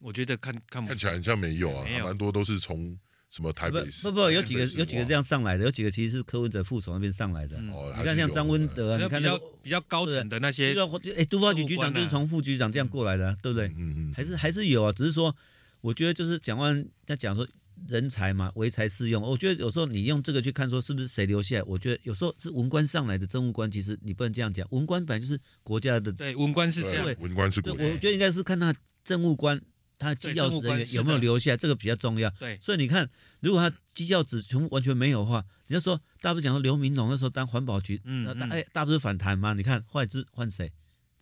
Speaker 1: 我觉得看看不
Speaker 3: 看起来很像没有啊，
Speaker 1: 没有
Speaker 3: 还蛮多都是从什么台
Speaker 2: 不
Speaker 3: 北市
Speaker 2: 不不，有几个
Speaker 3: 台北市
Speaker 2: 有几个
Speaker 3: 哇
Speaker 2: 这样上来的，有几个其实是柯文哲副手那边上来的。
Speaker 1: 嗯
Speaker 3: 哦，
Speaker 2: 你
Speaker 3: 还是
Speaker 2: 看像
Speaker 3: 有
Speaker 2: 张温德啊，
Speaker 1: 那
Speaker 2: 你看
Speaker 1: 比
Speaker 2: 那
Speaker 1: 较
Speaker 2: 个
Speaker 1: 比较高层的那些
Speaker 2: 对，啊，就哎，都发局局
Speaker 1: 官
Speaker 2: 长
Speaker 1: 啊
Speaker 2: 就是从副局长这样过来的啊，对不对？
Speaker 3: 嗯嗯嗯，
Speaker 2: 还是还是有啊，只是说，我觉得就是蒋万他讲说人才嘛，唯才是用。我觉得有时候你用这个去看说是不是谁留下来，我觉得有时候是文官上来的政务官，其实你不能这样讲，文官本来就是国家的
Speaker 1: 对文官是这样
Speaker 3: 对，文官是
Speaker 2: 对，
Speaker 3: 国
Speaker 2: 我
Speaker 3: 家
Speaker 2: 觉得应该是看他政务官他的绩
Speaker 1: 对
Speaker 2: 效
Speaker 1: 政务
Speaker 2: 人
Speaker 1: 官
Speaker 2: 员
Speaker 1: 是
Speaker 2: 有没有
Speaker 1: 的
Speaker 2: 留下来，这个比较重要。
Speaker 1: 对，
Speaker 2: 所以你看，如果他绩效值全部完全没有的话，你要说大家不是讲说刘明龙那时候当环保局，
Speaker 1: 嗯
Speaker 2: 那大
Speaker 1: 嗯
Speaker 2: 哎大不是反弹吗？你看换是换谁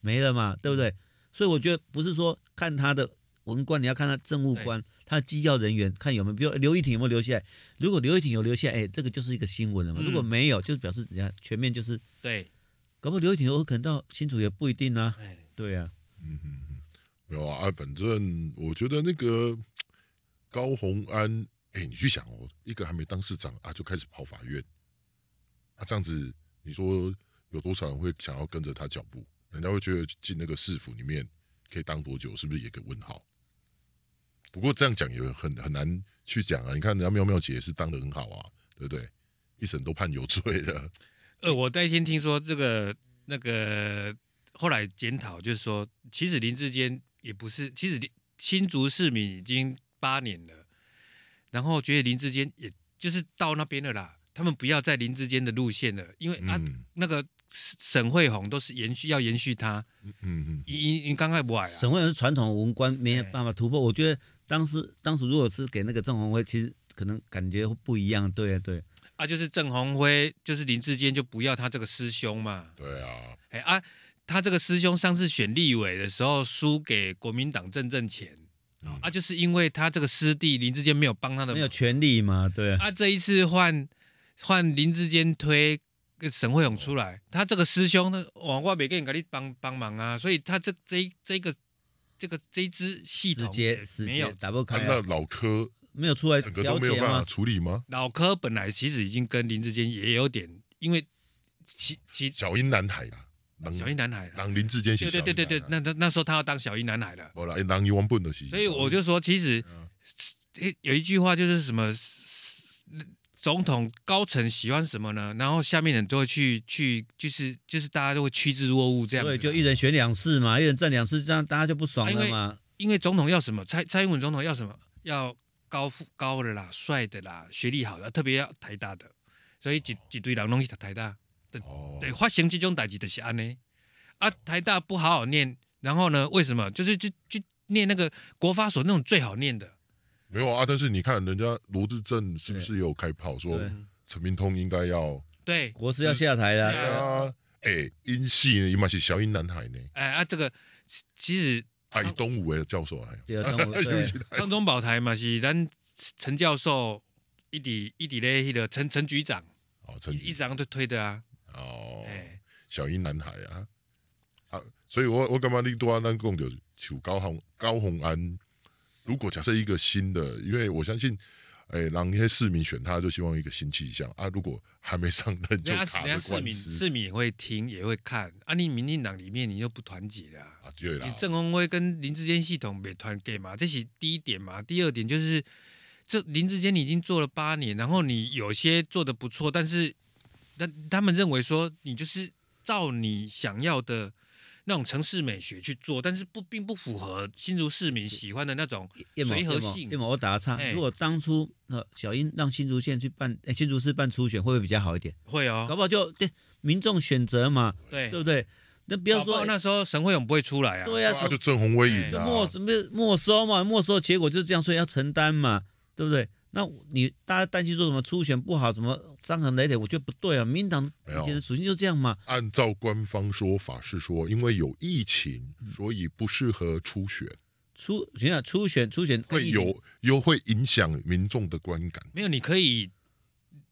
Speaker 2: 没了嘛，对不
Speaker 1: 嗯
Speaker 2: 对？所以我觉得不是说看他的文官，你要看他政务官，他的绩效人员看有没有，比如哎刘一婷有没有留下来。如果刘一婷有留下来，哎，这个就是一个新闻了嘛。
Speaker 1: 嗯
Speaker 2: 如果没有，就表示人家全面就是，
Speaker 1: 对，
Speaker 2: 搞不好刘一婷有可能到新竹也不一定啊。
Speaker 1: 哎，
Speaker 2: 对啊，
Speaker 3: 没有啊，啊反正我觉得那个高洪安，哎、你去想哦，一个还没当市长啊，就开始跑法院，啊，这样子，你说有多少人会想要跟着他脚步？人家会觉得进那个市府里面可以当多久，是不是也个问号？不过这样讲也很很难去讲啊。你看人家妙妙姐也是当的很好啊，对不对？一审都判有罪了，
Speaker 1: 呃，我那天听说这个那个后来检讨，就是说，其实林志坚也不是，其实林新竹市民已经八年了，然后觉得林志坚也就是到那边了啦，他们不要在林志坚的路线了，因为啊，
Speaker 3: 嗯
Speaker 1: 那个沈惠红都是延续要延续他，
Speaker 3: 嗯嗯，
Speaker 1: 因因因刚开不矮啊，
Speaker 2: 沈惠荣是传统文官，没有
Speaker 1: 哎
Speaker 2: 办法突破。我觉得当时当时如果是给那个郑鸿辉，其实可能感觉会不一样。对啊，对啊，
Speaker 1: 啊，就是郑鸿辉，就是林志坚就不要他这个师兄嘛，
Speaker 3: 对啊，
Speaker 1: 哎啊，他这个师兄上次选立委的时候输给国民党郑正钱。
Speaker 3: 嗯
Speaker 1: 啊，就是因为他这个师弟林志坚没有帮他的忙
Speaker 2: 没有权利嘛，对啊，
Speaker 1: 啊，这一次换换林志坚推呃沈惠勇出来，他这个师兄呢，我我没给你给你帮帮忙啊，所以他这这一这个这个这一支系
Speaker 2: 直
Speaker 1: 统
Speaker 2: 接直
Speaker 1: 没
Speaker 2: 接
Speaker 1: 有
Speaker 2: 打不开
Speaker 3: 看
Speaker 2: 啊、
Speaker 3: 到老柯
Speaker 2: 没有出来
Speaker 3: 整个都
Speaker 2: 调
Speaker 3: 没有
Speaker 2: 解
Speaker 3: 办法
Speaker 2: 吗？
Speaker 3: 处理吗？
Speaker 1: 老柯本来其实已经跟林志坚也有点，因为其其
Speaker 3: 小英南海啊，人
Speaker 1: 小英男孩啦，
Speaker 3: 人林志坚是
Speaker 1: 对
Speaker 3: 小
Speaker 1: 对
Speaker 3: 英
Speaker 1: 对对
Speaker 3: 南
Speaker 1: 对那
Speaker 3: 海，，
Speaker 1: 那那时候他要当小英男孩了，
Speaker 3: 没啦，人原本就是，
Speaker 1: 所以我就说，其实
Speaker 2: 嗯
Speaker 3: 对啊
Speaker 1: 诶有一句话就是什么，总统高层喜欢什么呢？然后下面人都会去去，就是就是大家都会趋之若鹜这样子
Speaker 2: 所
Speaker 1: 嘛。
Speaker 2: 以就一人选两次嘛，一人占两次，这样大家就不爽了嘛。
Speaker 1: 因为总统要什么，蔡蔡英文总统要什么，要高富高的啦，帅的啦，学历好的，特别要台大的，所以
Speaker 2: 哦
Speaker 1: 一一堆人拢去读台大。
Speaker 3: 哦，
Speaker 1: 对，发生这种代志就是安呢。啊，台大不好好念，然后呢，为什么？就是就就念那个国发所那种最好念的。
Speaker 3: 没有啊，但是你看人家罗志正是不是也有开炮说
Speaker 2: 对
Speaker 3: 陈明通应该要？
Speaker 1: 对，
Speaker 2: 国师要下台了，
Speaker 1: 对
Speaker 3: 对啊，哎，英系呢，伊嘛是小英南海呢，
Speaker 1: 哎啊，这个其其实
Speaker 3: 啊，伊东吴的教授哎，
Speaker 2: 对啊，中国对，
Speaker 1: 康中宝台嘛是咱陈教授一底一底嘞，迄个陈陈局长
Speaker 3: 哦，陈
Speaker 1: 一一张就推的啊，
Speaker 3: 哦，
Speaker 1: 哎、
Speaker 3: 小英南海啊，啊，所以我我感觉你多咱讲就是像高宏高宏安，如果假设一个新的，因为我相信，哎、让一些市民选他就希望一个新气象啊，如果还没上任就
Speaker 1: 人家
Speaker 3: 卡
Speaker 1: 人家
Speaker 3: 着
Speaker 1: 啊市
Speaker 3: 官
Speaker 1: 民
Speaker 3: 司
Speaker 1: 市民也会听也会看，啊，你民进党里面你又不团结的、啊，
Speaker 3: 啊，对啦
Speaker 1: 你，郑鸿辉跟林志坚系统没团结嘛，这是第一点嘛。第二点就是，这林志坚你已经做了八年，然后你有些做的不错，但是那他们认为说你就是照你想要的那种城市美学去做，但是不并不符合新竹市民喜欢的那种
Speaker 2: 叶某
Speaker 1: 随
Speaker 2: 叶
Speaker 1: 和
Speaker 2: 某
Speaker 1: 性
Speaker 2: 叶某，我打个岔。
Speaker 1: 哎
Speaker 2: 如果当初呃小英让新竹县去办，哎新竹市办初选，会不会比较好一点？
Speaker 1: 会
Speaker 2: 搞
Speaker 1: 哦，
Speaker 2: 不好就对民众选择嘛，
Speaker 1: 对
Speaker 2: 对不对？那不要
Speaker 1: 搞不好
Speaker 2: 说
Speaker 1: 那时候沈惠勇不会出来啊，
Speaker 2: 对啊
Speaker 3: 啊，就郑鸿威
Speaker 1: 哎
Speaker 3: 赢
Speaker 1: 就
Speaker 3: 啊，
Speaker 2: 没什么没收嘛，没收结果就是这样，所以要承担嘛，对不对？那你大家担心说什么初选不好，什么伤痕累累，我觉得不对啊。民进党
Speaker 3: 没有
Speaker 2: 以前的属性就这样嘛，
Speaker 3: 按照官方说法是说，因为有疫情，
Speaker 1: 嗯
Speaker 3: 所以不适合初选，
Speaker 2: 初选想初选初选
Speaker 3: 会有又会影响民众的观感。
Speaker 1: 没有，你可以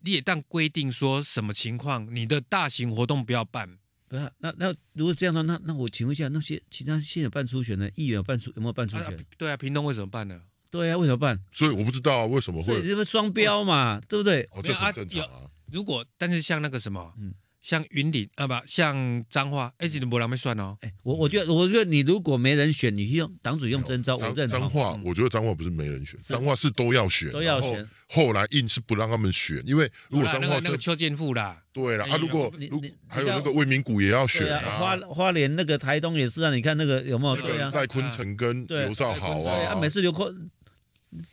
Speaker 1: 列当规定说什么情况，你的大型活动不要办。
Speaker 2: 不是啊？那那如果这样的话，那那我请问一下，那些其他县有办初选呢？议员有办初有没有办初
Speaker 1: 啊
Speaker 2: 选？
Speaker 1: 对啊，屏东为什么办呢？
Speaker 2: 对啊，为什么办？
Speaker 3: 所以我不知道啊，为什么
Speaker 2: 所以
Speaker 3: 会
Speaker 2: 这不双标嘛，对不对？
Speaker 3: 哦，这
Speaker 1: 没有啊
Speaker 3: 很正常啊，
Speaker 1: 如果但是像那个什么，
Speaker 2: 嗯
Speaker 1: 像云林啊不，像彰化，哎、这个没人没算哦。
Speaker 2: 哎，我我觉得我觉得你如果没人选，你用党主
Speaker 3: 哎
Speaker 2: 用征召，我
Speaker 3: 脏
Speaker 2: 认
Speaker 3: 脏
Speaker 2: 同
Speaker 3: 话，我觉得脏话不是没人选，
Speaker 2: 是
Speaker 3: 脏话是都要选，啊
Speaker 2: 都要选
Speaker 3: 然后。后来硬是不让他们选，因为如果
Speaker 1: 有啦
Speaker 3: 脏
Speaker 1: 那
Speaker 3: 话
Speaker 1: 个那
Speaker 3: 这
Speaker 1: 个邱建富啦，
Speaker 3: 对了
Speaker 1: 哎
Speaker 3: 啊，如果
Speaker 2: 你
Speaker 3: 如
Speaker 2: 你
Speaker 3: 还有
Speaker 2: 你知道
Speaker 3: 那个魏明谷也要选
Speaker 2: 对啊，花花莲那个台东也是啊，你看那个有没有？
Speaker 1: 那个
Speaker 3: 对
Speaker 2: 对啊，
Speaker 3: 赖坤城跟
Speaker 2: 对
Speaker 3: 刘兆豪
Speaker 1: 赖坤
Speaker 2: 对
Speaker 1: 城
Speaker 2: 啊，
Speaker 3: 啊
Speaker 2: 每，次刘阔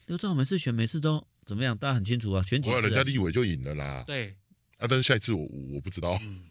Speaker 2: 刘兆每次选每次都怎么样？大家很清楚啊，选几
Speaker 3: 我要人
Speaker 2: 次
Speaker 3: 家
Speaker 2: 啊、
Speaker 3: 立委就赢了啦。
Speaker 1: 对，
Speaker 3: 啊，但是下一次我我我不知道，
Speaker 2: 嗯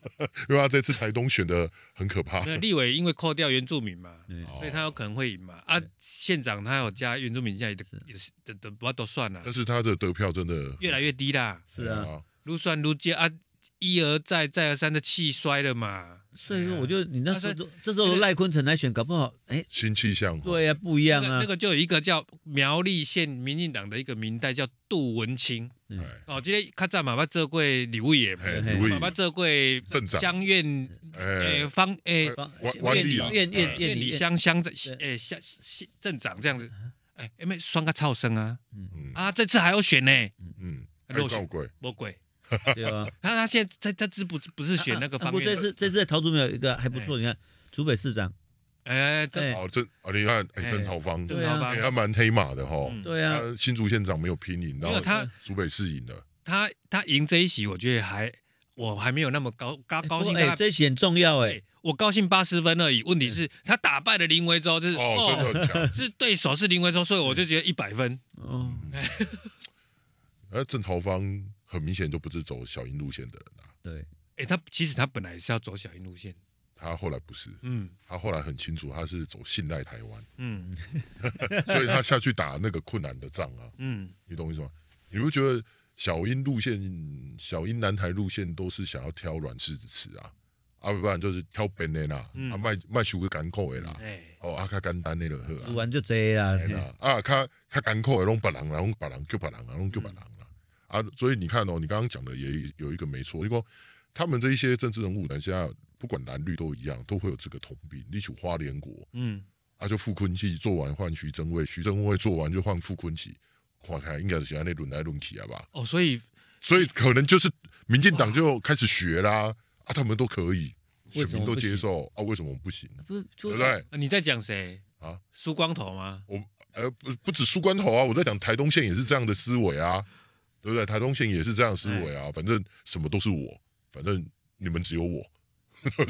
Speaker 3: 因为他这次台东选的很可怕
Speaker 1: 那。立委因为扣掉原住民嘛，
Speaker 2: 对
Speaker 3: 啊哦
Speaker 1: 所以他有可能会赢嘛。啊
Speaker 2: 对，
Speaker 1: 县长他有加原住民现在
Speaker 2: 是
Speaker 1: 的也是的的，不要都算了
Speaker 3: 但，是他的得票真的哦
Speaker 1: 越来越低啦，
Speaker 2: 是啊，，
Speaker 1: 如算如接啊，一而再再而三的气衰了嘛。
Speaker 2: 所以
Speaker 1: 哎
Speaker 2: 说
Speaker 1: 呀
Speaker 2: 我觉得你那时候
Speaker 1: 啊
Speaker 2: 都这时候赖坤城来选，搞不好哎，
Speaker 3: 新气象。哦
Speaker 2: 对呀、啊，不一样
Speaker 1: 那个
Speaker 2: 啊
Speaker 1: 那。个就有一个叫苗栗县民进党的一个民代叫杜文清
Speaker 2: 嗯
Speaker 3: 哎，
Speaker 1: 哦，今天他在马巴这贵礼物也，
Speaker 3: 哎，
Speaker 2: 嘿
Speaker 3: 如
Speaker 1: 马巴
Speaker 3: 意，
Speaker 1: 这贵
Speaker 3: 镇长
Speaker 1: 乡院
Speaker 3: 哎
Speaker 2: 呃
Speaker 1: 诶，方诶
Speaker 2: 方
Speaker 3: 弯弯
Speaker 2: 院里
Speaker 3: 力啊
Speaker 2: 院
Speaker 3: 哎
Speaker 2: 院
Speaker 1: 院
Speaker 2: 院
Speaker 1: 里
Speaker 2: 里
Speaker 1: 乡乡镇
Speaker 2: 呃对嗯
Speaker 1: 诶哎乡县镇长这样子，哎，因为双个超生啊
Speaker 3: 嗯
Speaker 1: 啊，这次还要选呢，
Speaker 3: 嗯，
Speaker 1: 落
Speaker 3: 太
Speaker 1: 选
Speaker 3: 高贵，
Speaker 1: 魔鬼，
Speaker 2: 对啊。
Speaker 1: 他他现在他他这不是不是选那个
Speaker 2: 啊啊
Speaker 1: 方
Speaker 2: 不过
Speaker 1: 面
Speaker 2: 这
Speaker 1: 的，
Speaker 2: 次这次在桃竹苗有一个还不错，你看竹北市长
Speaker 1: 哎，这
Speaker 2: 哎
Speaker 3: 哦，郑啊，你看，哎，
Speaker 1: 哎
Speaker 3: 郑朝芳，
Speaker 1: 郑
Speaker 2: 对啊
Speaker 1: 朝
Speaker 3: 哎，
Speaker 1: 芳
Speaker 3: 他蛮黑马的哈。
Speaker 1: 嗯
Speaker 2: 对啊，
Speaker 3: 他新竹县长没有拼赢，
Speaker 1: 没
Speaker 3: 然
Speaker 1: 有
Speaker 3: 后
Speaker 1: 他
Speaker 3: 竹北市赢了。
Speaker 1: 他他赢这一席，我觉得还我还没有那么高高
Speaker 2: 哎
Speaker 1: 高
Speaker 2: 不
Speaker 1: 兴
Speaker 2: 过
Speaker 1: 大
Speaker 2: 哎，
Speaker 1: 概。
Speaker 2: 这一嗯期很重要哎
Speaker 1: 对，我高兴八十分而已，问题是，他打败了林维洲，就是
Speaker 3: 哦，真的很强。
Speaker 1: 是对手是林维洲，所以我就
Speaker 2: 嗯
Speaker 1: 觉得一百分。
Speaker 2: 哦，
Speaker 3: 而呃郑朝芳很明显就不是走小英路线的人啊，
Speaker 2: 对，
Speaker 1: 哎，他其实他本来是要走小英路线，
Speaker 3: 他后来不是，
Speaker 1: 嗯
Speaker 3: 他后来很清楚他是走信赖台湾，
Speaker 1: 嗯
Speaker 3: 所以他下去打那个困难的仗啊，
Speaker 1: 嗯，
Speaker 3: 你懂我意思吗？你不觉得小英路线、小英南台路线都是想要挑软柿子吃啊？啊，不然就是挑本的啦，
Speaker 1: 嗯
Speaker 3: 啊卖卖手个干苦的啦，
Speaker 1: 哎，
Speaker 3: 哦啊较简单的就好啊
Speaker 2: 煮。完就这啦，
Speaker 3: 哎啦，啊，较较艰苦的拢别人啦，拢别人叫别人啊，拢叫别人啦。啊，
Speaker 2: 嗯
Speaker 3: 所以你看哦，你刚刚讲的也有一个没错，你说他们这一些政治人物，等下不管蓝绿都一样，都会有这个通病。你去花莲国
Speaker 1: 嗯
Speaker 3: 啊，就傅昆萁做完换徐正伟，徐正伟做完就换傅昆萁，看看应该是那轮来轮去啊
Speaker 2: 嗯
Speaker 3: 吧。
Speaker 1: 哦，所以
Speaker 3: 所以可能就是民进党就开始学啦，啊，他们都可以，
Speaker 2: 为
Speaker 3: 选
Speaker 2: 什么
Speaker 3: 民都
Speaker 2: 不
Speaker 3: 接
Speaker 2: 行
Speaker 3: 受啊，为什么不行？
Speaker 2: 不是，
Speaker 3: 对
Speaker 2: 就
Speaker 3: 不对？
Speaker 1: 呃你在讲谁
Speaker 3: 啊？
Speaker 1: 苏光头吗？
Speaker 3: 我呃不不止输关头啊，我在讲台东县也是这样的思维啊，对不对？台东县也是这样的思
Speaker 1: 哎
Speaker 3: 维啊，反正什么都是我，反正你们只有我，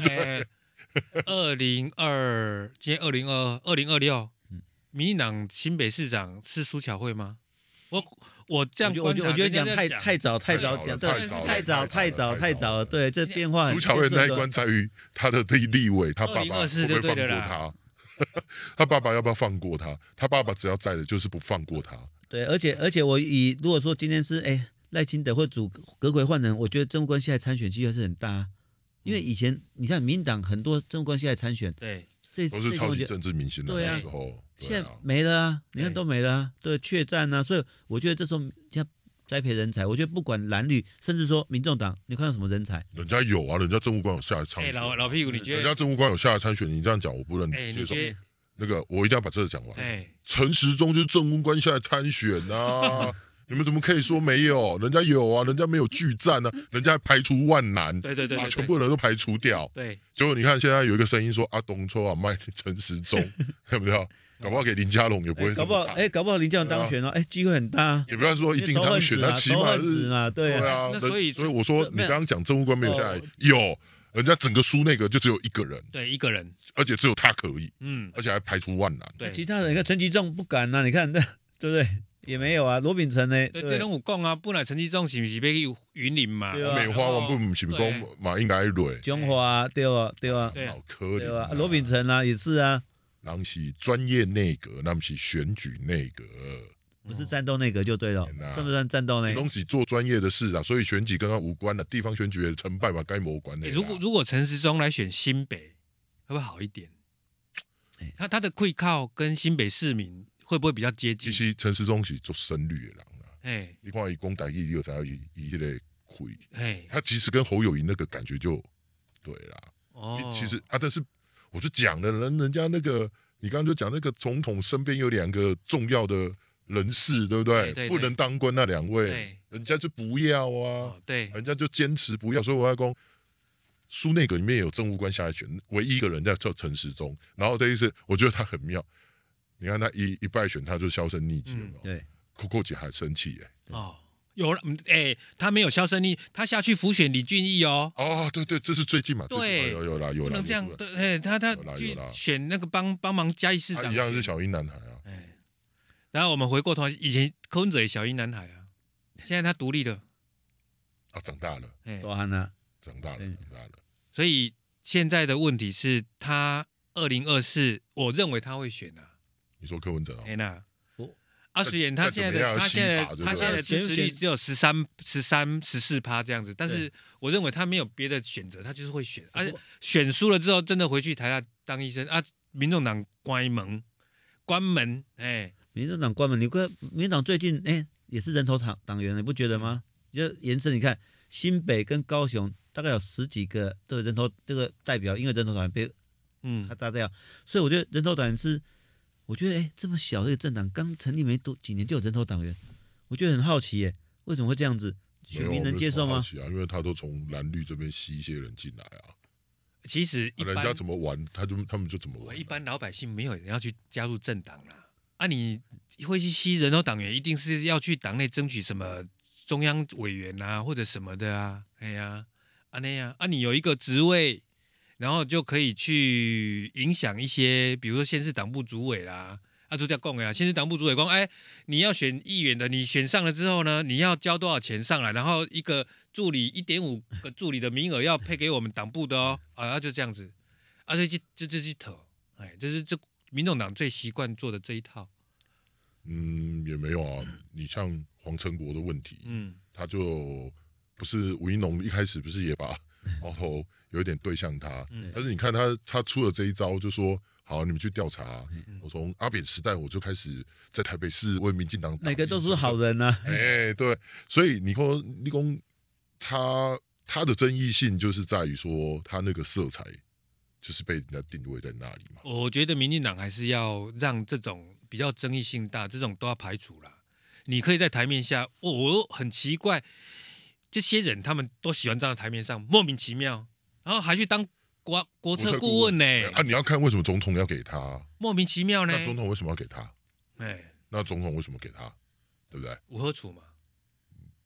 Speaker 1: 哎，二零二，今天二零二二零二六，
Speaker 3: 嗯
Speaker 1: 民进党新北市长是苏巧慧吗？我我这样
Speaker 2: 我觉得
Speaker 1: 观
Speaker 2: 我
Speaker 1: 察，
Speaker 2: 觉得我觉得讲
Speaker 1: 人家
Speaker 2: 太
Speaker 1: 在
Speaker 2: 太早太早
Speaker 3: 太
Speaker 2: 讲，
Speaker 3: 早
Speaker 2: 对，
Speaker 1: 了
Speaker 2: 太早
Speaker 3: 太
Speaker 2: 太
Speaker 3: 早
Speaker 2: 早
Speaker 3: 了太
Speaker 2: 太
Speaker 3: 早
Speaker 2: 早
Speaker 3: 了
Speaker 2: 了，对，这变
Speaker 1: 哎
Speaker 2: 化
Speaker 3: 苏巧慧那一关在于他的立立委，他爸爸会
Speaker 1: 2024
Speaker 3: 不
Speaker 1: 就
Speaker 3: 会放
Speaker 1: 对
Speaker 3: 过
Speaker 1: 了啦
Speaker 3: 他？他 爸爸要不要放过他？他爸爸只要在的，就是不放过他。
Speaker 2: 对，而且而且我以如果说今天是哎赖清德或主葛奎换人，我觉得政务关系来参选机会是很大啊，因为以前你看民进党很多政务关系来参选，
Speaker 1: 对，
Speaker 2: 这
Speaker 3: 都
Speaker 2: 这
Speaker 3: 是
Speaker 2: 一
Speaker 3: 超
Speaker 2: 关
Speaker 3: 级
Speaker 2: 就
Speaker 3: 政治明星的
Speaker 2: 对啊
Speaker 3: 那时候，对
Speaker 2: 现在
Speaker 3: 啊，
Speaker 2: 没了啊，你看
Speaker 1: 对
Speaker 2: 都没了、啊，对，怯战啊，所以我觉得这时候要栽培人才，我觉得不管蓝绿，甚至说民众党，你看到什么人才？
Speaker 3: 人家有啊，人家政务官有下来参
Speaker 1: 哎，
Speaker 3: 选啊，
Speaker 1: 老老屁股，你觉
Speaker 3: 人
Speaker 1: 得
Speaker 3: 家？政务官有下来参选，你这样讲我不能
Speaker 1: 哎，
Speaker 3: 接
Speaker 1: 你
Speaker 3: 受。
Speaker 1: 觉得？
Speaker 3: 那个我一定要把这个讲完。
Speaker 1: 哎，
Speaker 3: 陈时中就是政务官下来参选 呐、你们怎么可以说没有？人家有啊，人家没有拒战呢、人家还排除万难，
Speaker 1: 对对对
Speaker 3: 把
Speaker 1: 对
Speaker 3: 全
Speaker 1: 对
Speaker 3: 部人都排除掉。
Speaker 1: 对，
Speaker 3: 结果你看现在有一个声音说啊，董秋啊卖陈时 中，有没有？搞不好给林佳龙也不会
Speaker 2: 哎
Speaker 3: 这
Speaker 2: 搞不
Speaker 3: 么
Speaker 2: 好
Speaker 3: 惨，
Speaker 2: 哎，搞不好林佳龙当选了，哎，机会很大啊，
Speaker 3: 也不要说一定
Speaker 2: 因为仇
Speaker 3: 当
Speaker 2: 恨
Speaker 3: 选，
Speaker 2: 值
Speaker 3: 他
Speaker 2: 啊，
Speaker 3: 起
Speaker 2: 仇
Speaker 3: 码
Speaker 2: 恨值
Speaker 3: 是，
Speaker 2: 嘛，对
Speaker 3: 对
Speaker 2: 啊，
Speaker 3: 啊。
Speaker 1: 那
Speaker 3: 人
Speaker 1: 所以
Speaker 3: 所以我说
Speaker 2: 这
Speaker 3: 你
Speaker 2: 没有
Speaker 3: 刚刚讲政务官没有下来
Speaker 2: 哦，
Speaker 3: 有人家整个输那个就只有一个人，
Speaker 1: 对一个人，
Speaker 3: 而且只有他可以，
Speaker 1: 嗯，
Speaker 3: 而且还排除万难。
Speaker 1: 对，
Speaker 2: 其他人你看陈吉仲不敢呐、啊，你看 这对不对？也没有啊，罗秉成呢？
Speaker 1: 对，这种我讲啊，本来陈其中是不是被云林嘛？
Speaker 2: 对啊
Speaker 3: 美花王不不是
Speaker 1: 对
Speaker 3: 讲马应该蕊，
Speaker 2: 中华啊，对吧？对吧？
Speaker 1: 对
Speaker 3: 老柯
Speaker 2: 对
Speaker 3: 林
Speaker 2: 吧
Speaker 3: 啊？，
Speaker 2: 罗秉成啊，也是啊，
Speaker 3: 人是专业内阁，那么是选举内阁，
Speaker 2: 不是战斗内阁就对了
Speaker 3: 哦天哪，
Speaker 2: 算不算战斗内
Speaker 3: 你
Speaker 2: 阁
Speaker 3: 东？西做专业的事啊，所以选举跟他无关了、地方选举的成败嘛，该无关的、
Speaker 1: 哎如果如果陈时中来选新北，会不会好一点
Speaker 2: 哎？
Speaker 1: 他他的溃靠跟新北市民会不会比较接
Speaker 3: 其
Speaker 1: 近？
Speaker 3: 实陈时中是做深绿的人啦、
Speaker 1: 哎
Speaker 3: 你看伊讲台语，你就知道伊伊迄个亏，
Speaker 1: 哎
Speaker 3: 他其实跟侯友谊那个感觉就对啦。
Speaker 1: 哦，
Speaker 3: 其实啊，但是我就讲了，人人家那个你刚刚就讲那个总统身边有两个重要的人士，对不
Speaker 1: 对
Speaker 3: 对？
Speaker 1: 对对
Speaker 3: 不能当官那两位
Speaker 1: 对，
Speaker 3: 人家就不要啊。
Speaker 1: 哦对
Speaker 3: 人家就坚持不要，所以我要讲，苏内阁里面有政务官下来选，唯一一个人叫叫陈时中，然后这一次我觉得他很妙，你看他一一败选，他就销声匿迹，有没
Speaker 1: 嗯
Speaker 3: 有？
Speaker 2: 对，
Speaker 3: ，Coco 姐还生气耶、
Speaker 1: 哦有了，嗯哎他没有销声匿，他下去浮选李俊毅哦，
Speaker 3: 哦，对对，这是最近嘛，
Speaker 1: 对
Speaker 3: 最近有有啦有
Speaker 1: 不
Speaker 3: 啦，
Speaker 1: 能这样
Speaker 3: 有啦
Speaker 1: 对，哎他他
Speaker 3: 有啦
Speaker 1: 去
Speaker 3: 有啦
Speaker 1: 选那个帮帮忙嘉义市
Speaker 3: 他
Speaker 1: 长
Speaker 3: 啊一样是小英男孩啊，
Speaker 1: 哎，然后我们回过头来，以前柯文哲也小英男孩啊，现在他独立了，
Speaker 3: 啊，长大了，
Speaker 1: 哎，
Speaker 2: 多安啊，
Speaker 3: 长大了，
Speaker 2: 对
Speaker 3: 长大了，
Speaker 1: 所以现在的问题是他二零二四，我认为他会选啊，
Speaker 3: 你说柯文哲啊、
Speaker 1: 哎那
Speaker 2: 哦我。
Speaker 1: 阿水眼他现在的
Speaker 3: 再
Speaker 1: 他
Speaker 3: 怎么
Speaker 1: 现在
Speaker 3: 样要新法对不对
Speaker 1: 他现在的支持率
Speaker 2: 选选
Speaker 1: 只有十三十三十四趴这样子，但是我认为他没有别的选择，他就是会选，而且选输了之后真的回去台大当医生啊，民众党关门关门，哎，
Speaker 2: 民进党关门，你看民进党最近哎也是人头党党员，你不觉得吗？就延伸，你看新北跟高雄大概有十几个对人头这个代表，因为人头党员被
Speaker 1: 嗯
Speaker 2: 他，大掉，所以我觉得人头党员是，我觉得哎这么小的一个政党刚成立没多几年就有人头党员，我觉得很好奇耶，为什么会这样子？选民能接受
Speaker 3: 没有我
Speaker 2: 吗
Speaker 3: 没？什么好奇啊，因为他都从蓝绿这边吸一些人进来啊，
Speaker 1: 其实一
Speaker 3: 人
Speaker 1: 般
Speaker 3: 家怎么玩，他就他们就怎么
Speaker 1: 我
Speaker 3: 玩。啊
Speaker 1: 一般老百姓没有人要去加入政党啦。啊，你会去吸人头哦党员，一定是要去党内争取什么中央委员啊，或者什么的啊，哎呀、啊，那样啊，你有一个职位，然后就可以去影响一些，比如说县市党部主委啦，啊，就这样讲的啊，县市党部主委讲，哎，你要选议员的，你选上了之后呢，你要交多少钱上来，然后一个助理一点五个助理的名额要配给我们党部的哦，啊，啊就这样子，啊，所以这这这这头，哎，这是这民众党最习惯做的这一套，
Speaker 3: 嗯，也没有啊。你像黄成国的问题，
Speaker 1: 嗯
Speaker 3: 他就不是吴一农一开始不是也 把矛头有一点对向他，
Speaker 1: 嗯
Speaker 3: 但是你看他他出了这一招，就说好，你们去调查
Speaker 1: 嗯。
Speaker 3: 我从阿扁时代我就开始在台北市为民进党，
Speaker 2: 哪个都是好。人啊呐、
Speaker 3: 哎、对，所以你说立功他他的争议性就是在于说他那个色彩就是被人家定位在那里嘛。
Speaker 1: 我觉得民进党还是要让这种比较争议性大，这种都要排除啦。你可以在台面下，我、我很奇怪，这些人他们都喜欢站在台面上，莫名其妙，然后还去当国国策顾问呢、
Speaker 2: 哎
Speaker 3: 啊，你要看为什么总统要给他，
Speaker 1: 莫名其妙呢、
Speaker 3: 那总统为什么要给他？
Speaker 1: 哎，
Speaker 3: 那总统为什么给他？对不对？
Speaker 1: 我何处嘛？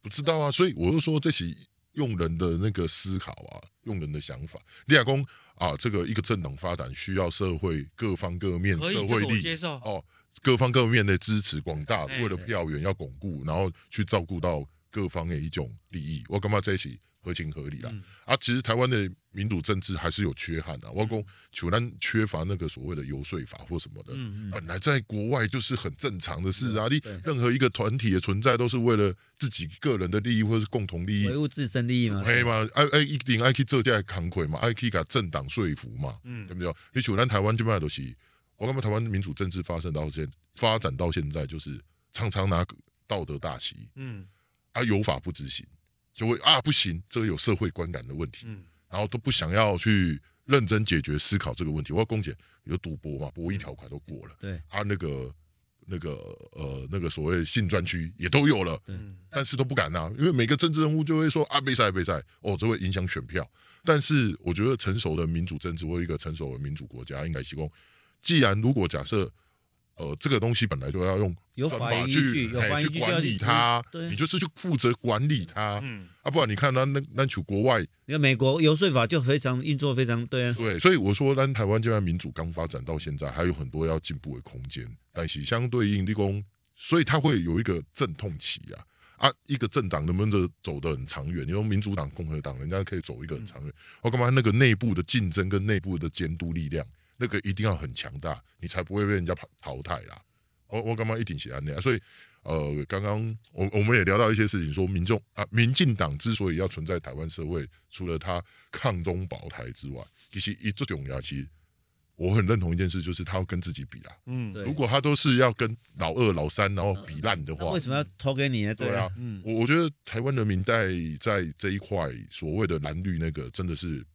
Speaker 3: 不知道啊，所以我就说这起用人的那个思考啊，用人的想法。李亚公啊，这个一个政党发展需要社会各方各面
Speaker 1: 可以，
Speaker 3: 社
Speaker 1: 这
Speaker 3: 会
Speaker 1: 个我
Speaker 3: 力
Speaker 1: 接受。
Speaker 3: 哦，各方各面的支持广大，
Speaker 1: 哎
Speaker 3: 为了票源要巩固，然后去照顾到各方的一种利益。我干嘛在一起合情合理啦？
Speaker 1: 嗯
Speaker 3: 啊，其实台湾的民主政治还是有缺憾啊。我
Speaker 1: 嗯
Speaker 3: 讲，求咱缺乏那个所谓的游说法或什么的，
Speaker 1: 嗯嗯，
Speaker 3: 本来在国外就是很正常的事啊。你
Speaker 2: 对
Speaker 3: 任何一个团体的存在，都是为了自己个人的利益或是共同利益
Speaker 2: 维。护自身利益嘛。
Speaker 3: 嗯嘿嘛，爱爱一定爱去做这些工课嘛，爱去甲政党说服嘛，
Speaker 1: 嗯
Speaker 3: 对不对？你像咱台湾基本上都是，我感觉台湾民主政治发生到现发展到现在，就是常常拿道德大旗
Speaker 1: 嗯
Speaker 3: 啊，有法不执行，就会啊不行，这个有社会观感的问题，
Speaker 1: 嗯，
Speaker 3: 然后都不想要去认真解决思考这个问题。我公姐有赌博嘛，博弈条款都过了，
Speaker 2: 对，
Speaker 3: 啊那个那个呃那个所谓性专区也都有了。
Speaker 1: 嗯
Speaker 3: 但是都不敢拿、因为每个政治人物就会说啊，被赛被赛，哦，这会影响选票。但是我觉得成熟的民主政治或一个成熟的民主国家应该提供，既然如果假设，呃，这个东西本来就要用
Speaker 2: 有
Speaker 3: 专
Speaker 2: 法
Speaker 3: 法
Speaker 2: 依
Speaker 3: 去
Speaker 2: 据，有
Speaker 3: 哎
Speaker 2: 法依
Speaker 3: 去
Speaker 2: 据就要
Speaker 3: 管
Speaker 2: 去
Speaker 3: 理
Speaker 2: 执
Speaker 3: 它，
Speaker 2: 对
Speaker 3: 你，就是去负责管理它、
Speaker 1: 嗯，
Speaker 3: 啊，不然你看那那那去国外
Speaker 2: 你看美国游说法就非常运作非常对啊。
Speaker 3: 对，所以我说，咱台湾现在民主刚发展到现在，还有很多要进步的空间。但是相对应立功，所以它会有一个阵痛期啊啊！一个政党能不能走得很长远？你说民主党、共和党，人家可以走一个很长远。我干嘛那个内部的竞争跟内部的监督力量，那个一定要很强大，你才不会被人家淘淘汰啦。我我干嘛一定写安内啊？所以。呃，刚刚我我们也聊到一些事情，说民众啊，民进党之所以要存在台湾社会，除了他抗中保台之外，其实一这种牙，其实我很认同一件事，就是他要跟自己比啦。
Speaker 1: 嗯
Speaker 2: 对
Speaker 3: 如果他都是要跟老二、老三，然后比烂的
Speaker 2: 那
Speaker 3: 话
Speaker 2: 为，什么要投给你呢？
Speaker 3: 对
Speaker 2: 啊
Speaker 3: 啊，，
Speaker 1: 嗯
Speaker 3: 我我觉得台湾人民在在这一块所谓的蓝绿那个，真的是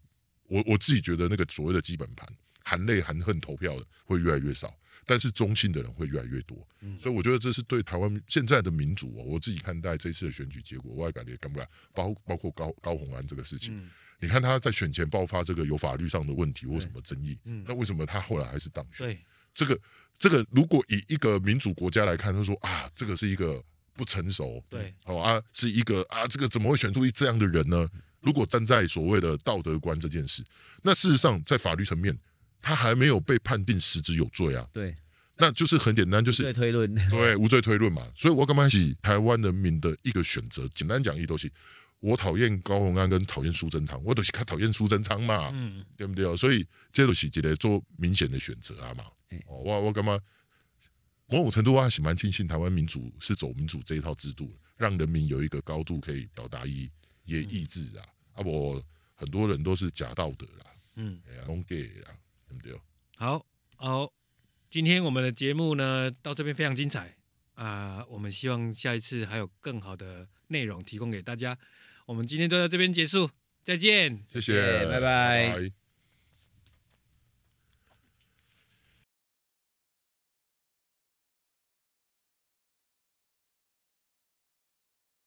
Speaker 3: 我我自己觉得那个所谓的基本盘，含泪含恨投票的会越来越少，但是中性的人会越来越多。
Speaker 1: 嗯
Speaker 3: 所以我觉得这是对台湾现在的民主、哦，我自己看待这一次的选举结果，我也感觉感不感，包包括高高虹安这个事情，
Speaker 1: 嗯
Speaker 3: 你看他在选前爆发这个有法律上的问题或什么争议，
Speaker 1: 嗯
Speaker 3: 那，为什么他后来还是当选？
Speaker 1: 对，
Speaker 3: 这个这个，如果以一个民主国家来看，他说啊，这个是一个不成熟，
Speaker 1: 对，嗯
Speaker 3: 哦啊，是一个啊，这个怎么会选出一这样的人呢？如果站在所谓的道德观这件事，那事实上在法律层面，他还没有被判定实质有罪啊，
Speaker 2: 对，
Speaker 3: 那就是很简单，就是
Speaker 2: 对推论，
Speaker 3: 对，无罪推论嘛。所以我干嘛是台湾人民的一个选择？简单讲，一都是我讨厌高鸿安跟讨厌苏贞昌，我都是看讨厌苏贞昌嘛，
Speaker 1: 嗯
Speaker 3: 对不对？所以这就是一个做明显的选择啊嘛
Speaker 2: 嗯。
Speaker 3: 哦，我我干嘛？某种程度我啊还是蛮庆幸台湾民主是走民主这一套制度，让人民有一个高度可以表达意也意志啊。啊，我很多人都是假道德啦，
Speaker 1: 嗯。
Speaker 3: 哎呀，拢 gay 啦，对不对？
Speaker 1: 好，好，今天我们的节目呢到这边非常精彩啊、我们希望下一次还有更好的内容提供给大家。我们今天就到这边结束，再见。
Speaker 3: 谢谢，
Speaker 2: 拜拜
Speaker 3: 拜